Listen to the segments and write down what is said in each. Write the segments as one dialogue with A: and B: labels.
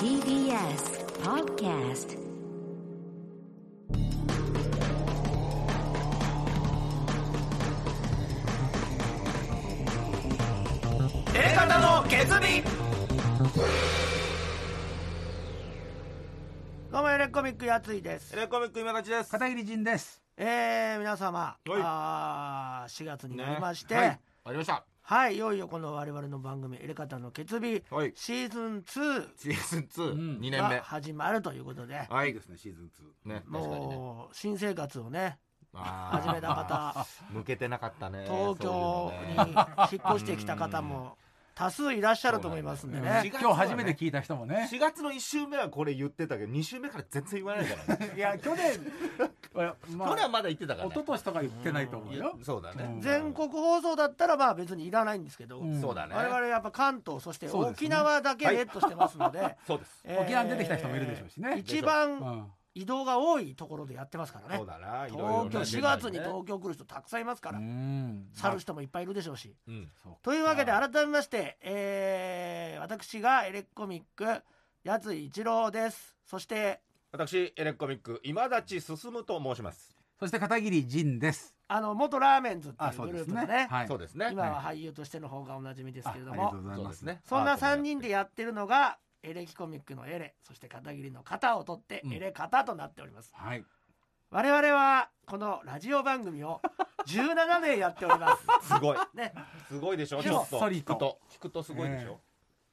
A: TBS Podcast
B: 方の決意どうもエレコミックやついです
C: エレコミック今立ちです。
D: 片桐仁です。
B: えー、皆様、
C: はい
B: あー4月になりまして、
C: ねは
B: はい
C: い、ありました。
B: い、よいよこの我々の番組「エレカタの決備、
C: はい
B: シーズン2
C: シーズン2、
D: ん
C: 2年
B: が
C: 目。
B: 始まるということで、
C: はいい
D: いで。すね、シーズン
C: ね、確かにね。
B: もう新生活をね
C: あー
B: 始めた 方
C: 向けてなかったね。
B: 東京に
C: そういうのね
B: 引っ越してきた方も多数いらっしゃると思いますんで
D: 2。
B: ね
C: ね
D: 今日初めて聞いた人もね。
C: 4月の1週目はこれ言ってたけど、2週目から全然言わないからね。
D: いや、去年、ま
C: 去年はまだ言ってたから
D: 一
C: ね。
D: 昨年とか言ってないと思うよ。
C: そうだね。
B: 全国放送だったらまあ別にいらないんですけど、
D: うん
C: そうだね。
B: 我々やっぱ関東そして
D: そうですね
B: 沖縄だけレッドしてますので
C: そうです。
B: えー
D: 沖縄に出てきた人もいるでしょうしね
B: 一
D: う
B: 番
D: ん。
B: 移動が多いところでやってますからね
C: そうだな。いろいろ
B: 東
C: ね
B: 京4月に東
C: ね
B: 京来る人たくさんいますから、
D: うん。
B: 去る人もいっぱいいるでしょうし。
C: うん。
D: そう
B: というわけで改めまして、えー私がエレコミックやつ一郎ですそして
C: 私、エレコミック今立ち進むと申します。
D: そして片桐仁です。
B: あの元ラーメンズってい
D: あ、
B: う
D: そう
B: グ
D: で
B: ループ
D: す
B: の
D: ね
B: ね。
D: はい。
C: そうですね。
B: 今は
C: はい
B: 俳優としての方がおなじみですけれど
D: あありがと
B: も
D: うござい
C: そう
D: ま
C: です
D: す。
C: ね。
B: そんな3人でやってるのがエレキコミックのエレそして片桐の肩を取って
D: うん
B: エレ肩となっております、
D: はい。
B: 我々はこのラジオ番 組を17年やっております
C: すごい。
B: ね
C: すごいでしょ。
B: で
C: ちょ
B: も
C: っと
D: ひっそり
C: 聞
D: と
C: くと聞くとすごいでしょ。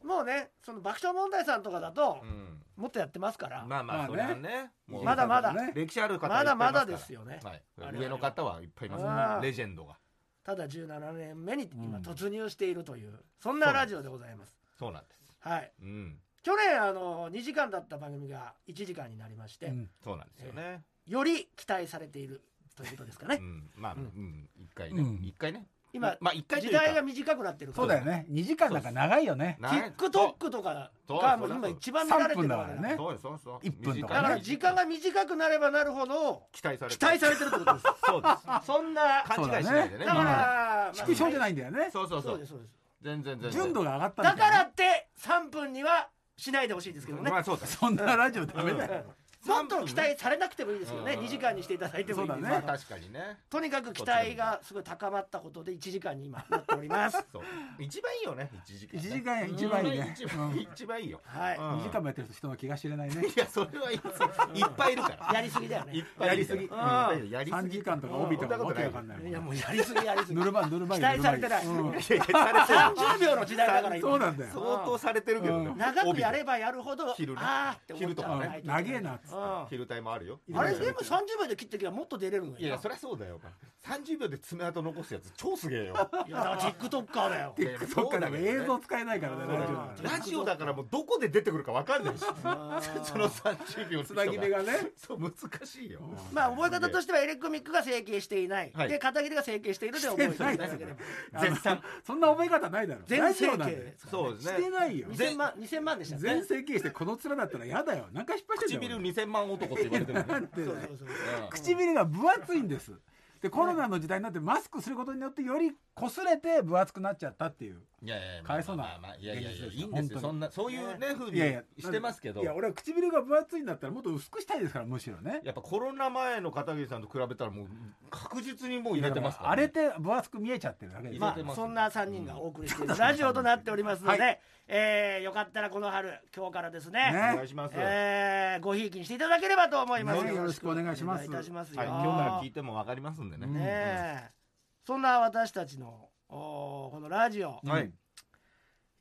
B: もうねその爆笑問題さんとかだと
C: うん。
B: もっとやってますから、
C: まあま
D: ま
C: あ
D: あ
C: それは
D: ね
C: ね。もう
B: まだまだ
D: ね
C: 歴史ある方
B: まだまだ
C: いっ
B: で
C: ぱいいます
B: す
C: か
B: よね、
C: ら。はい
B: あ。れは
C: 上の方はいっぱいいま
B: あー
C: す。レジェンドが。
B: ただ17年目に今
D: うん
B: 突入しているという、そんなラジオでございます
C: そうなんです。
B: はい
C: うん。
B: 去年あの2時間だった番組が1時間になりまして、
D: うん
C: そうなんですよね。
B: より期待されているということですかね、
C: うん。まあ
B: う
C: うんん。一回
D: う
C: ね
D: ん。
C: 一回ね。
B: 今
C: まあ一回とい
B: 時
C: うか
B: 代が短くなってるか
D: そ
B: ら
D: うだよね。2時間なんか長いよね。
C: 長い
B: TikTok とかがもう今一番見られてるわけだから
D: ね
C: そうですそうですそうです。
D: 一分
B: だ
D: とかね
B: から時間が短くなればなるほど
C: 期待され
B: 期待
C: れ
B: されてるって ことです
C: そうです。
B: そんな
C: 勘違いしないでね。
B: だか
C: まあ
B: ら
D: 縮小じゃ
B: い
D: ないんだよね。
C: そうそうそ
B: そうで
C: う
B: す。そうです
C: 全然全然。
D: 純度が上がった
B: だ
D: みた
B: か
D: いな
B: らって3分にはしないでほしいですけどね
C: まあそうだ。
D: そんなラジオダメだよ。
B: もっと期待されなくてもいいですよね
C: うん
B: 2時間にしていただいてもいいです
D: そ
B: け
D: うだ
B: ど
C: ま
D: ね
C: あ確かにね。
B: とにかく期待がすごい高まったことで1時間に今なっております
C: そう。一番いいよね。一時間ね。
D: 1時間一番いいね。
C: 一番いい一番いいよ。
B: はい
C: うん
D: 2時間もやってる人の気が知れないね。
C: いやそれはいいですいっぱいいるから。
B: やりすぎだよ
C: いっ
B: ね
C: ぱいいる
D: やりすぎ
C: からうんやりす
D: 3
C: ぎ。
D: 時間とか帯とかわけわかんないもん
B: いや
D: ね。
B: もうやりすぎやりすぎ
D: ぬるまぬるま湯
B: 期待されてない
D: ぬるま湯うん
C: いやいやされてる
B: 30秒の時代だから
D: そう
B: 今
D: なんだよ。
C: 相当されてるけどね
D: うん
B: 長くやればやるほどあ
C: 昼ね
B: あーって思っちゃう
C: 昼とか
B: ない
C: ね
B: と
D: 長えなっつって
B: うん
C: 昼帯もあるよ
B: あれ全部30秒で切ってきゃもっと出れるのよ
C: いやいやそりゃそうだよお前30秒で爪痕残すやつ超すげえよ
B: いやだから TikToker だよ
C: いやいや
D: そっか、なんか映像
C: そう
D: 使えないからね、
B: そううん
C: だよね
D: ラジオだからね
C: ラジオだからもうどこで出てくるかわかんないしその30秒の人
D: つ
C: が
D: なぎ目がね。
C: そう難しいよ
B: まあ覚え方としてはエレコミックが整形していない、
C: はい
B: で片桐が整形しているで覚えていただければ
C: 絶賛
D: そんな覚え方ないだろ。
B: 全整
D: ラジオなんだよ
B: 形
C: そうです
D: して
C: ね
D: ないよ。
B: 2000万2000万でしたね
D: 全整形してこの面だったら嫌だよ。なんか失敗してんだ
C: 唇
D: よ。
C: 2000万男って言われてるもんね
B: そうそうそう
C: うん
D: 唇が分厚いんです。で、コロナの時代になってマスクすることによってより擦れて分厚くなっちゃったっていう。
C: いやいやいや
D: かわいそうな
C: まあまあまあいやいやいや
D: 現実です
C: い
D: よ
C: いんですよ
D: 本当に
C: そんなそういうね風
D: いやいや
C: にしてますけど
D: いや、俺は唇が分厚いんだったらもっと薄くしたいですから、むしろね。
C: やっぱコロナ前の片桐さんと比べたらもう確実にもう入れてますから
D: 荒れて分厚く見えちゃってるだけで
C: 入れ
D: す
B: ま
C: て
B: あ
C: ます
B: そんな3人がお送りしているラジオとなっておりますので、えーよかったらこの春今日からですね
D: ね
C: お願いしますはい
B: えーごひいきにしていただければと思います、
D: ねよろしくお願いしま
B: お願い
D: す
B: いたしますよ、
C: 今日なら聞いてもわかりますんでね
B: ねえそんな私たちのおーこのラジオ、
D: うん
C: はい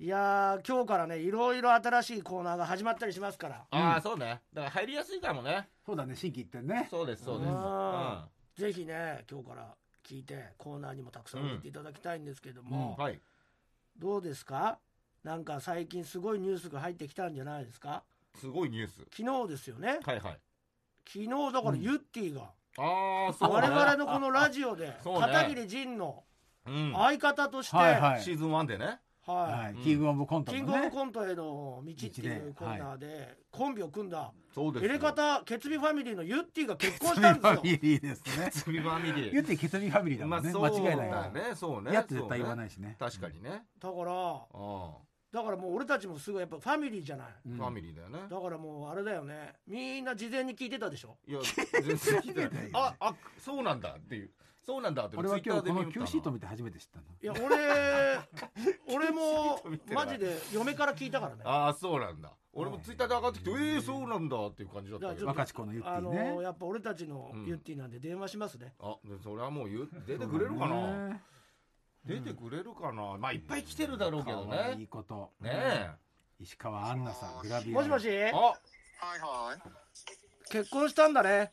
B: いやー今日からねいろいろ新しいコーナーが始まったりしますから
C: ああそうねだから入りやすいかもね
D: そうだね、新規ってね。
C: そうですそうです
B: う
C: うんん
B: ぜひね今日から聞いてコーナーにもたくさん入っていただきたいんですけども、
C: はい
B: どうですかなんか最近すごいニュースが入ってきたんじゃないですか
C: すごいニュース
B: 昨日ですよね
C: はいはい
B: 昨日だからユッティが、
C: ああそう
B: 我
C: ね
B: 々のこのラジオで
C: そうね
B: 片桐仁の
C: うん
B: 相方として、は
D: はいいはい。
C: シーズン1でね
D: はい
C: うん
D: キングオブコント
B: キン
D: も
B: グオブ
D: ね。
B: コントへの道っていうコーナーでコンビを組んだ
C: そうです
B: エレカタケツビファミリーのユッティが結婚したんで すよ
D: ファミリーですね。
C: ツビファミリ
D: 言
C: ー
D: ってケツビファミリーだもんね。間違いない
C: だ
D: わ。
C: ねそうね
D: やって絶対言わないいしね。
C: 確かにね
B: だから
C: うん
B: だからもう俺たちもすごいやっぱファミリーじゃない
D: うん
C: ファミリーだよね
B: だからもうあれだよねみんな事前に聞いてたでしょ
C: いや全然聞いて
D: 聞
C: ないい
D: てない
C: ああそうなんだっていうそうなんだって
D: 俺は今日この Q シート
C: 見
D: 見て初めて知ったの
B: いや俺 俺も
C: 見てない
B: マジで嫁から聞いたからね
C: ああそうなんだ俺もツイッターで上がってきてええそうなんだっていう感じだったけ
B: ちょっ
C: ど
B: と
D: 若智子のユッテ
B: あ
D: ィ
B: の
D: ね
B: ーやっぱ俺たちの
C: うん
B: ユッティなんで電話しますね、
C: あでそれはもう言う出てくれるかな
D: ね
C: 出てくれるかなまあいっぱい来てるだろうけど
D: 可愛い
C: ね
D: こと
C: ねえ
D: 石川アンナさんグラビア
B: もしもし
C: あ
E: はいはい。
B: 結婚したんだね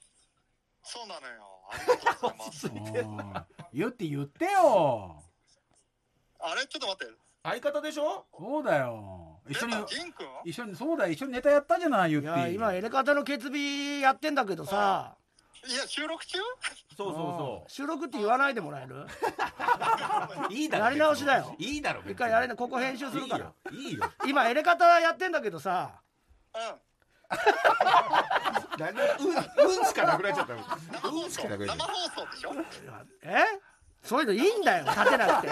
E: そう なのよ。ありがとうございます。
D: おーユッティ言ってよ
E: あれちょっと待って。
C: 相方でしょ
D: そうだよ一緒に
E: え銀くん
D: 一緒にそうだよ一緒にネタやったじゃないユッ
B: い
D: テ
B: や
D: ィ
B: 今エレカタの決備やってんだけどさ
E: いや、収録中
C: そうそう
B: 収録って言わないでもらえる
C: そういいだろ
B: やり直しだよ
C: いいだろ別に
B: 一回やれなここ編集するから
C: いいよいいよ
B: 今エレカタやってんだけどさ
E: う
C: 何うんうんしかなくなっちゃった
E: ん。生
C: う
E: 放
C: んし
E: 送。
C: かなくな
E: 生
C: っちゃっ
E: 放送でしょ
B: えそういうのいいんだよ立てなくて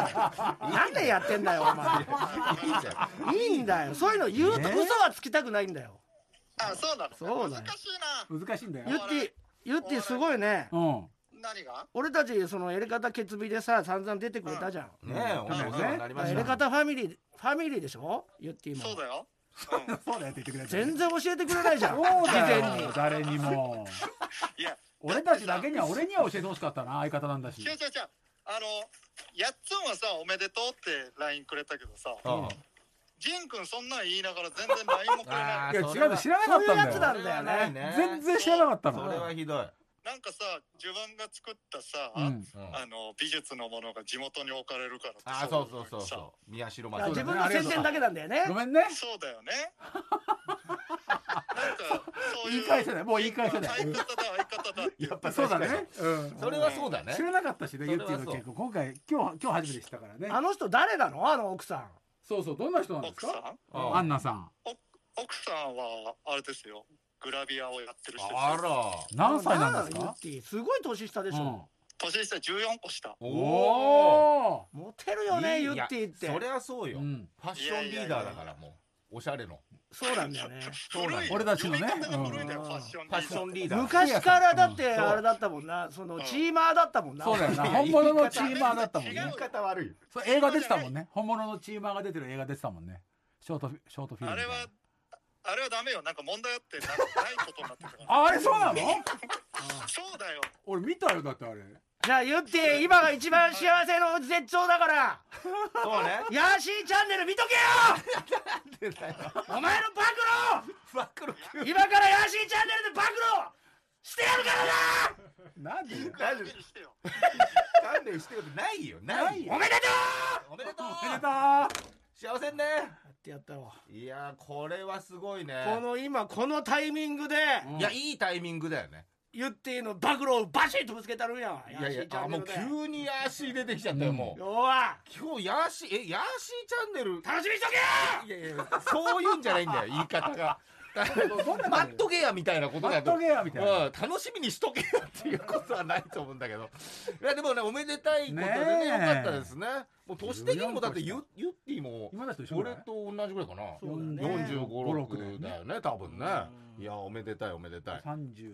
B: 何でやってんだよお
C: たいいじゃん
B: 前いいんだよそういうの言うと
D: ね
B: 嘘はつきたくないんだよ
E: あ、そうなの。
B: そうだよ
E: 難しい
D: 難しいんだよ
B: ゆってぃゆってぃすごいね
D: うん
E: な。何が
B: 俺たちそのやり方決備でさ散々出てくれたじゃん
C: ねえ、お世話になりま
B: や
C: し
B: り
C: た。
B: 方ファミリーファミリーでしょゆってぃ
E: そう
B: も
E: だよ。うん
D: そうだよって言ってくれた
B: 全然教えてくれないじゃん
D: そう
B: 事
D: だ
B: 前
D: よ
B: に
D: 誰にも
E: いや、
D: 俺たちだけには俺には教えてほしかったな相方なんだし
E: 違う違う違う。あの、やっつんはさ、おめでとうって LINE くれたけどさ、
C: あ
E: 銀くんそんなん言いながら全然 LINE もくれ
C: あ
E: ない
D: や違う
C: それは
D: 知らなかったんだ
B: そうい
D: よ
B: うやつなんだよね
D: 全然知らなかった
C: それ
D: の
C: はひどい。
E: い。なんかさ、自分が作ったさ、
D: うん
E: あの美術のものが地元に置かれるからって
C: ああ、そうそうそうそう。宮代
B: あ
C: 町。
B: 自分の宣伝だけなんだよね
D: ごめんね
E: そうだよ ね。なんかそういう
D: 言い返せないもう言い返せない
E: 相方だ相方だっていう。
C: やっぱ
D: そうだね。
C: 確かにそれはそうだね
D: 知。らなかったしね
C: そ
D: ゆっ
C: れ
D: て
C: は
D: ぃの結構今回今日今日初めて知ったからね
B: あの人誰なのあの奥さん
D: そうそうどんな人なんです
E: 奥さ
D: か
E: ん
D: ア
C: あ
D: ンナさん
E: 奥さんはあれですよ。グラビアをやってる人です。
C: あら。
D: 何歳なんです
B: ゆっ
D: か
B: てぃすごい年下でしょ
E: 年下14個下。
D: うん
C: おお。
D: お
B: モテるよね
C: いい
B: ゆってぃっ
C: いや
B: て
C: そりゃそう
D: ー
C: よ
D: う。ん
C: ファッションリーダーだからもう。おしゃれの。
B: そうなんだよね
C: そうなの
E: 古いよ
D: 俺たちのね
E: 読み方が古いんだよ
B: うん
E: ファッションリー
C: ファ
E: ダー
C: ッションリーダー。
B: 昔からだって
C: うんそう
B: あれだったもんなその
E: うん
B: チーマーだったもんな
D: そうだよな。
C: いや
D: 本物のチーマーだったもん
E: 言い
D: ね
E: 方。
C: 方悪い。
D: そう映画出てたもんね。本物のチーマーが出てる映画出てたもんね。ショートフィショートフィル
E: あ
D: ム
E: れ
D: みたいな。
E: はあれはダメよ。なんか問題あってなんかないことになってるから。
D: ああれそうなの？
E: そうだよ。
D: 俺見たよだってあれ。
B: じゃあゆってぃ今が一番幸せの絶頂だから
C: そうね。
B: ヤーシーチャンネル見とけよお前の暴
C: バックロ
B: 露今からヤーシーチャンネルで暴露してやるから
D: なん
C: 大
D: で？
C: 丈夫
E: 勘弁してよ
C: 関連してることないよ。ないよ
B: なお。めでと
C: おめでとう。
D: 出た。
C: 幸せね。
B: うってやったわ
C: いやー、これはすごいね。
B: この今このタイミングで
D: うん
C: いや、いいタイミングだよね。
B: ゆってぃの暴露をバシッとぶつけたるやん
C: いやいや、あ、もう
B: よ
C: 急にヤーシー出てきちゃったよ、もう。
B: は
C: 今日ヤーシー、え、ヤーシーチャンネル。
B: 楽しみにしとけよ
C: いやいや、そういうんじゃないんだよ、言い方が。待っとけやみたいなこと
D: マ
C: だ
D: ッ
C: と。
D: トゲアみたいな。
C: うん、楽しみにしとけよっていうことはないと思うんだけど。いや、でもね、おめでたいことで
D: ねえ
C: ね、よかったですね。もう年的にもだって、ゆ
D: 14、
C: ゆってぃも。
D: 今だと一緒ぐら
C: 俺
D: い。
C: と同じぐらいかな。
B: そうだね
C: 四十五六
D: 46
C: だよね、多分ね
B: う。ん
C: いや、おめでたい、おめでたい。
D: 三十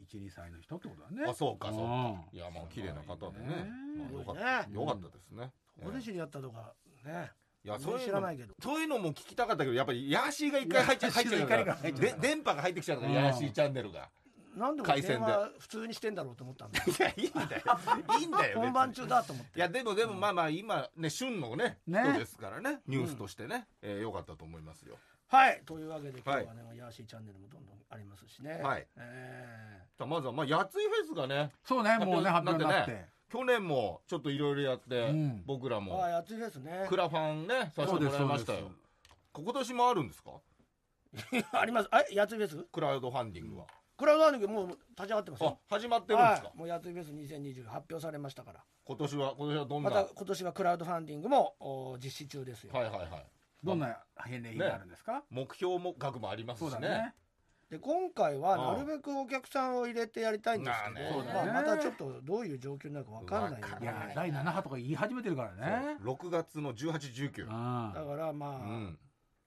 D: 一二歳の人ってことだね。
C: あ、そうか、そうか。
D: う
C: いや、まあ、綺麗な方でね
D: ね。
C: まあよかっ
B: す
C: た。
D: ごいね
C: よかったですね。
B: 俺自身やったとかね
C: いや、
B: そ
C: そう
B: れ
C: い
B: 知
C: う
B: ら
C: の
B: ないけど
C: そういうのも聞きたかったけど、やっぱりヤーシーが一回入っちゃ入っちゃうか
D: ヤーシーの怒りが
C: ら
D: 入っちゃうから
C: で電波が入ってきちゃうから、
D: うん
C: ヤーシーチャンネルが。
B: なんで俺
C: 回線
B: 電
C: で
B: 話普通にしてんだろうと思ったんだよ
C: いや、いいんだよ。いいんだよ。
B: 本番
C: 別に
B: 中だと思っ
C: い
B: て
C: や、でもでも、まあまあ、今、ね、旬のね、
D: ね
C: 人ですからね、ニュースとしてね、えーよかったと思いますよ。
B: はいというわけで今日はね、ヤーシーチャンネルもどんどんありますしね
C: はい
B: え
C: じゃあまずは、まあ、やついフェスがね、
D: そうね。もうね
C: だっ
D: 発
C: て
D: 表になっ
C: だ
D: て。
C: 去年もちょっといろいろやって、
D: うん
C: 僕ら
B: え
C: も
B: あ、あやついですね
C: クラファンね、させてもらいました
D: そう
C: よ
D: です。
C: 今年もあるんですか
B: ありますえやついフェス
C: クラウドファンディングは。
B: クラウドファンディングもう立ち上がってます
C: あ
B: よ、
C: 始まってるんですか
B: はいもうやついフェス2020発表されましたから
C: 今年は、今年はどんな。
B: また
C: はい
B: 今年はクラウドファンディングもお実施中ですよ、
C: はいはい。
D: どんな返礼品があるんですか？
C: 目標も額もありますし
D: そうだ
C: ね
D: ね。
B: で今回は
C: うん
B: なるべくお客さんを入れてやりたいんですけど、
C: ま
B: ま
D: あ
B: あ
D: ね
B: またちょっとどういう状況になるかわかんないんで
C: わかん
D: い
C: な
D: やー第7波とか言い始めてるからね
C: 6月の1819
D: あ
B: だからまあ、
C: うん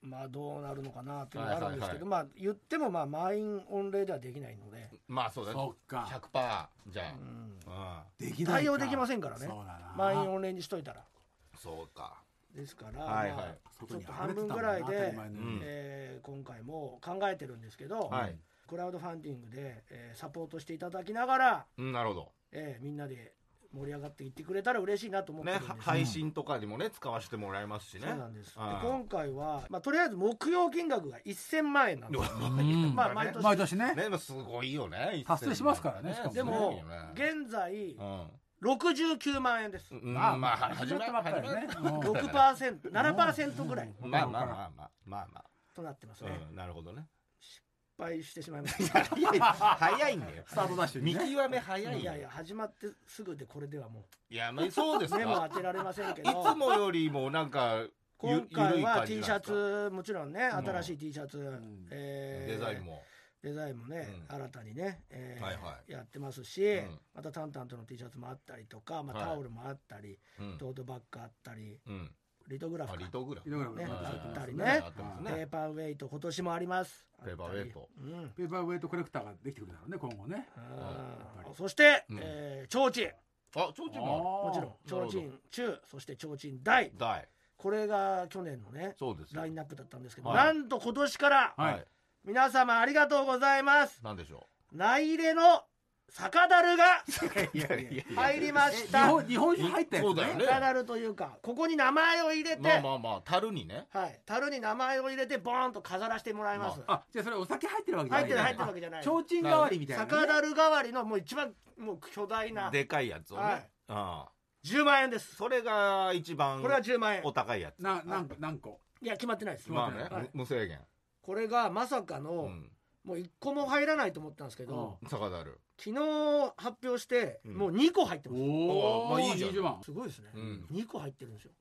B: まあどうなるのかなっていうのがあるんですけど、
C: は
B: まあ言ってもまあ満員御礼ではできないので、
C: まあそうだね
D: そっか
C: 100%じゃ
B: うん
C: あ
D: できない
B: 対応できませんからね
D: そうだな
B: 満員御礼にしといたら
C: うんそうか
B: ですから、
C: はい
B: まあ
C: はい
B: ちょっと半分ぐらい
D: 外に溢れ
B: で
D: てたもんな当たり前のよう
C: う
D: に
C: ん
B: えー今回も考えてるんですけど、
C: はい
B: クラウドファンディングで、えーサポートしていただきながら、
C: うんなるほど
B: えーみんなで盛り上がっていってくれたら嬉しいなと思って
C: ね
B: るんです
C: は配信とかにもね使わせてもらえますしね
B: そうなんですで
C: はい
B: 今回は、まあ、とりあえず目標金額が1000万円なんです
D: うん
B: まあ毎年
D: 毎年ね
C: ね、でもすごいよね。
D: 達成しますからね
C: 1000
D: しかも
B: でも
C: すごいよね
B: 現在
C: うん
B: 69万円です、
C: うん、
D: あ
C: まあ、始
D: 始ま
C: ま
D: っ
C: ったたばっか
D: ばっかり
C: り
D: ね
C: ね。
D: うん
B: 6%、7%ぐらい
C: まあまあまあまあ、まあま
B: となってます
C: あ、
B: ね。
C: うん、なるほどね。
B: 失敗してしまいました。
C: 早いんだよ。
D: スタートダッシュに
C: 見
D: ね
C: 極め早いよ。
B: いやいや、始まってすぐでこれではも
C: いや、まあ、そうで す
B: う、目も
C: か。
B: 当てられませんけ
C: い
B: ど、
C: つもよりも、なんか、ゆ
B: 今回は
C: ゆる
B: T
C: い感じ
B: シ
C: な
B: ャ
C: んです
B: ツ、
C: か
B: もちろんね、
C: ん
B: 新しい T シャツ、
D: ん
B: えー
C: デザインも。
B: デザインもね、
C: うん
B: 新たにね、えー
C: はいは
B: やってますし、
C: うん
B: またタンタンとの T シャツもあったりとか、まあ、
C: はい
B: タオルもあったり、
C: うん。
B: トートバッグあったり、
C: うん。
B: リトグラフ
C: あ、
B: か
C: リトグラフ。
D: いろいろ
B: ね
D: やって
B: あったり
D: ます
B: ね
C: あってます
B: ペー
C: ね。
B: パーウェイト、今年もあります。
C: ペーパーウェイト
B: あったりうん
D: ペーパーウェイトコレクターができてくるだろうね今後ね
B: あ
D: ぱ
B: ー
D: り
B: そして、
C: うん
B: えー、提灯
C: あ、ちょうちんも
B: もちろん
C: なるほど
B: 提灯中そして提灯大
C: ある。大。
B: これが去年のね
C: そうですよ。
B: ラインナップだったんですけど、
C: はい
B: なんと今年から
D: は
C: はいい。
B: 皆様ありがとうございます
C: なんでしょ
B: 内入れの酒樽が
C: う。いやいやいや
B: 入りまし
D: 日
B: た
D: 本日本酒入ったやつ
C: そうだよ
D: ね
C: ね
B: 酒樽というかここに名前を入れて、
C: まあまあまあ、樽にね。
B: はい、樽に名前を入れてボーンと飾らせてもらいます、
D: あじゃあそれお酒入ってるわけじゃ
B: 入
D: な
B: って
D: い
B: る
D: る
B: 入ってるわけじゃない
D: 提灯代わりみたいなね
B: 酒樽代わりのもう一番もう巨大な
C: でかいやつを
B: は
C: ね
B: い。
C: ああ。
B: 10万円です
C: それが一番。
B: これは10万円
C: お高いやつ。
D: ななん何個
B: いや決まってないです
C: まあね、
B: はい
C: 無無制限。
B: これがまさか
C: う
B: の、
C: ん。
B: もう1個も入らないと思ったんですけど、
C: 坂だる。
B: 昨日発表して、
C: うん
B: もう2個入って
D: お
B: ます
D: お
C: まあいいじゃん
D: 万
B: すごいですね、
C: うん
B: 2個入ってるんですよ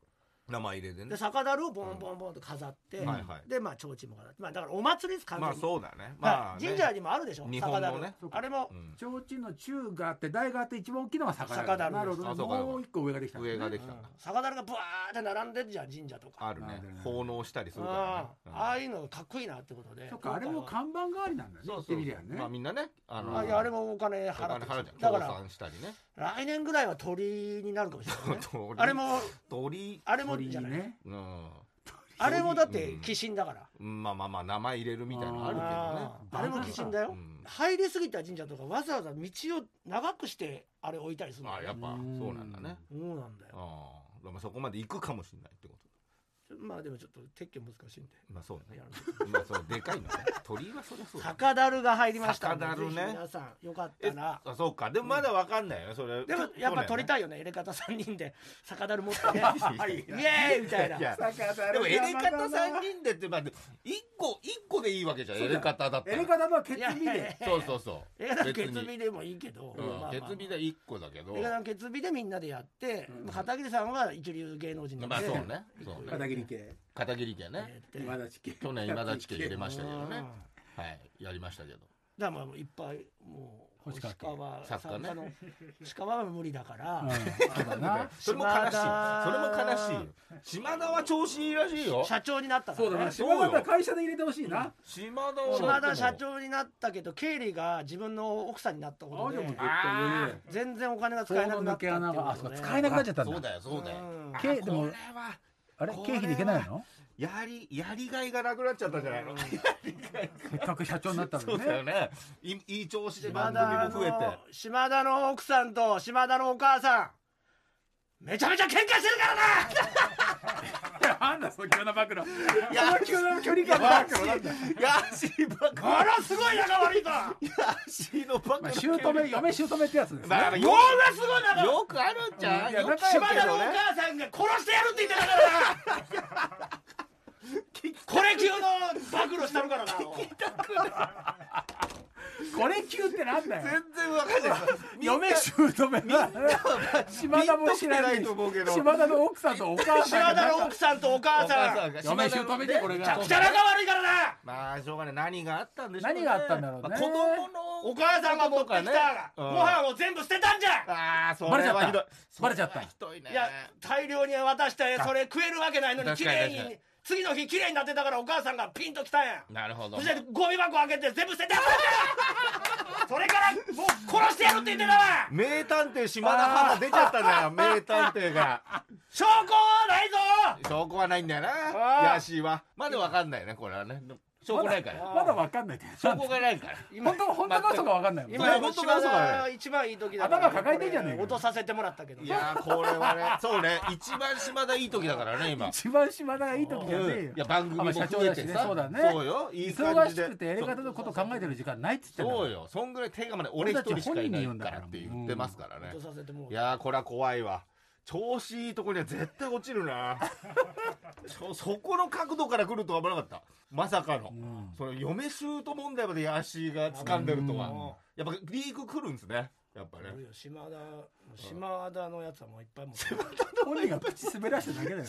C: 名前入れて
B: で
C: ね。
B: 酒樽をボンボンボンと飾って、
C: うんはいはい
B: でまあ提灯も飾って、まあ、だからお祭りです完全
C: まあ
B: に、
C: そうだね。
B: は
C: まあ
B: い
C: ね
B: 神社にもあるでしょ
C: 日
B: 酒
C: 本
B: 樽、
C: のね
B: あれも、
C: うん
D: 提灯の中があって台があって一番大きいのが酒
B: 酒
D: 樽
B: 樽
D: なるほど
C: あ
D: ね
C: そうかそうか
D: もう一個上ができたんです
C: 上
D: ね
C: がで
B: う
C: き
B: ん
C: たんだ。
B: 酒樽がブワーって並んでるじゃん神社とか
C: ある
D: なる
C: ね
D: ほどね。
C: 奉納したりするか
B: う
C: ら
B: ん
C: ね。
B: ああ
C: い
B: いうのがかっこいいなってことで
D: そっかあれも
B: 今回は
D: 看板代わりなんだね
C: そうそう
D: 言ってみりゃね
C: まあみんなね、あ
D: う
C: の
D: ん
B: あいやあれもお金
C: お
B: 払っ
C: 金
B: て
C: 払うじ
B: だ
C: ゃん。
B: か
C: 協
B: ら
C: 賛したりね。、
B: 来年ぐらいは鳥になるかもしれない、ね
C: 鳥
B: あれも
C: 鳥
B: あれも
D: 鳥
B: じ
D: に
B: ゃない、
D: ね
C: うん。
B: あれもだって
C: うん
B: 寄進だから、
C: まあまあまあ名前入れるみたいなのあ
B: あーあれも寄進だ
C: るけ
B: よ、
C: どね。うん
B: 入りすぎた神社とかわざわざ道を長くしてあれ置いたりする
C: まあやっぱそうなんだね。
B: そうなんだ
C: う
B: よ
C: ん。でもそこまで行くかもしれないってこと。
B: まあでもちょっと撤去難しいんで
C: まあそうね
B: や。る
C: まあそうでかいのね。鳥はそりゃそうだね。
B: 酒樽が入りましたんで
C: 酒樽ね
B: ぜひ皆さんよかっ
C: え
B: たら
C: あそうかでもまだわかんないよねそれ
B: でもやっぱ取りた
C: い
B: いよね入れ方3人で酒樽持ってね
C: い
B: イエーイみたいな
C: や
D: 酒樽
C: でもエレカタ
D: さ
C: 三
D: んに
C: 人でってまあ一個一個でいいわけじゃん
D: そう
C: エ
D: だ
C: レカタだった
D: エ
C: ら
D: レカタの決意
B: いやいや
D: で
C: そうそうそ
B: 映画団
C: 別に
B: 決日でもいいけど
C: ううん
B: まあまあ
C: 鉄火で一個だけど
B: 映画団決日でみんなでやって
D: うん
B: まあ片桐さんは一流芸能人なんで
C: まあそうねそうね
D: 片桐家
C: 片桐家
B: や
C: ね
B: って
D: 今立家
C: 去年今立家入れましたけど
B: う
C: ね
B: ん
C: はいやりましたけど
B: だからまあいっぱいもう
D: 星川家
B: 川
C: 作家ね
B: の鹿は無理だから、
D: そうだな
C: それも悲しい
B: 島
C: それも
B: 田
C: 悲しいよ島田は調子いいらしいよ
B: 社長になったか
D: そ
B: ら
D: うだ
B: ね
D: な
C: そう
D: 島
C: よ
D: 田が会社で入れてほしいな
C: 島田は
B: 島
C: だ
B: 田
C: って
B: 社長になったけど経理が自分の奥さんになったこ
D: 青
B: と
D: でも
B: で
D: 絶対余裕
B: 全然お金が使え
D: そ
B: な
D: の
B: くな
D: 抜
B: った
D: け穴があそうか使えなくなっちゃったん
C: そ
D: だ
C: うだよそうだよ
B: うん
C: あ
D: けでも
C: これは
D: あれ経費でいけないの
C: やりやりがいがなくなっちゃったんじゃないの
D: せっかく社長になったの
C: そう
D: に
C: だよ
D: ね
C: ね。いいい調子で
B: 島
C: 番
B: 田
C: 組も増えて。
B: の島田の奥さんと島田のお母さんめちゃめちゃ喧嘩してるからな
D: なんだその急な暴露
C: いや
D: その急な距離感
C: ヤ
D: が
C: ッシー、ヤッシーばっか
B: ものすごい仲悪いと
C: り。ヤッシーのばっか
D: まあ
C: り。
D: 姑嫁姑ってやつです
C: まあまあ
D: ね
C: よ
B: ものすごい仲悪い
C: よくあるんじゃん。
D: いや
C: よく
D: 仲良
B: 島
D: く
B: 田のお母さんが殺してやるって言ってたからなこれ級の暴露したるからな
D: これ急ってなんだよ
C: 全然わかんない。みんな
D: 嫁姑は島田も知らない
C: ピンときてないと思うけど
D: 島田の奥さんとお母さん
B: 島
D: が
B: 田の奥さんとお母さん
C: お母さんが
D: 嫁姑でこれ
B: めちゃ
D: が
B: くちゃ仲悪いからなた
C: まあしょうがない何があったんでしょうね
D: 何があったんだろうね
C: まあ子供の
B: お母さんが持ってきた
C: う
B: ご
C: ん
B: 飯を全部捨てたんじゃ
C: ああそ
D: バレ
C: れ
D: ちゃっ
C: は
D: た
C: ひどい
D: バレちゃっ
C: それ
D: た
C: はひどいね
B: いや大量に渡して
C: あ
B: それ食えるわけないのに
C: 確
B: 綺
C: かに
B: 麗
C: 確か
B: に次の日綺麗になってたからお母さんがピンときたんや
C: なるほど
B: そしてゴミ箱開けて全部捨ててやったんだそれからもう殺してやるって言ってたわ
C: 名探偵島田派が出ちゃった な名探偵が
B: 証拠はないぞ
C: 証拠はないんだよな
B: あー
C: ヤシはまだわかんないねこれはね証拠ないから
D: まだわかんないって
C: 証拠がないから
D: 本当本当の嘘がわかんないもん
C: 今本当か嘘かだよ
B: 一番いい時だから
D: 頭抱えてんじゃねえか
B: これ落とさせてもらったけど
C: いやーこれはねそうね一番島田いい時だからね今
D: 一番島田がいい時じゃねえ
C: うん
D: よ
C: いや番組も
D: 社
C: 増
D: 長
C: え
D: だしてね
C: さ
D: そうだね
C: そうよいい感
D: 忙
C: じ
D: し
C: で
D: くてやり方のこと考えてる時間ないって言ってんだから
C: そうよそんぐらい手がまで俺一人しかいないからって言ってますからね
B: 落とさせても
C: い
B: らっ
C: やーこれは怖いわ調子いいとこには絶対落ちるな そそこの角度から来るとは思わなかったまさかの、
D: うん
C: その嫁姑問題までヤーシーが掴んでると
B: た
C: は
B: も
C: やっぱリーグ来るんですねやっぱ
B: う
C: ね
B: 島田島田のやつはもういっぱい持ってる
D: 本人が口滑らしただけ だよね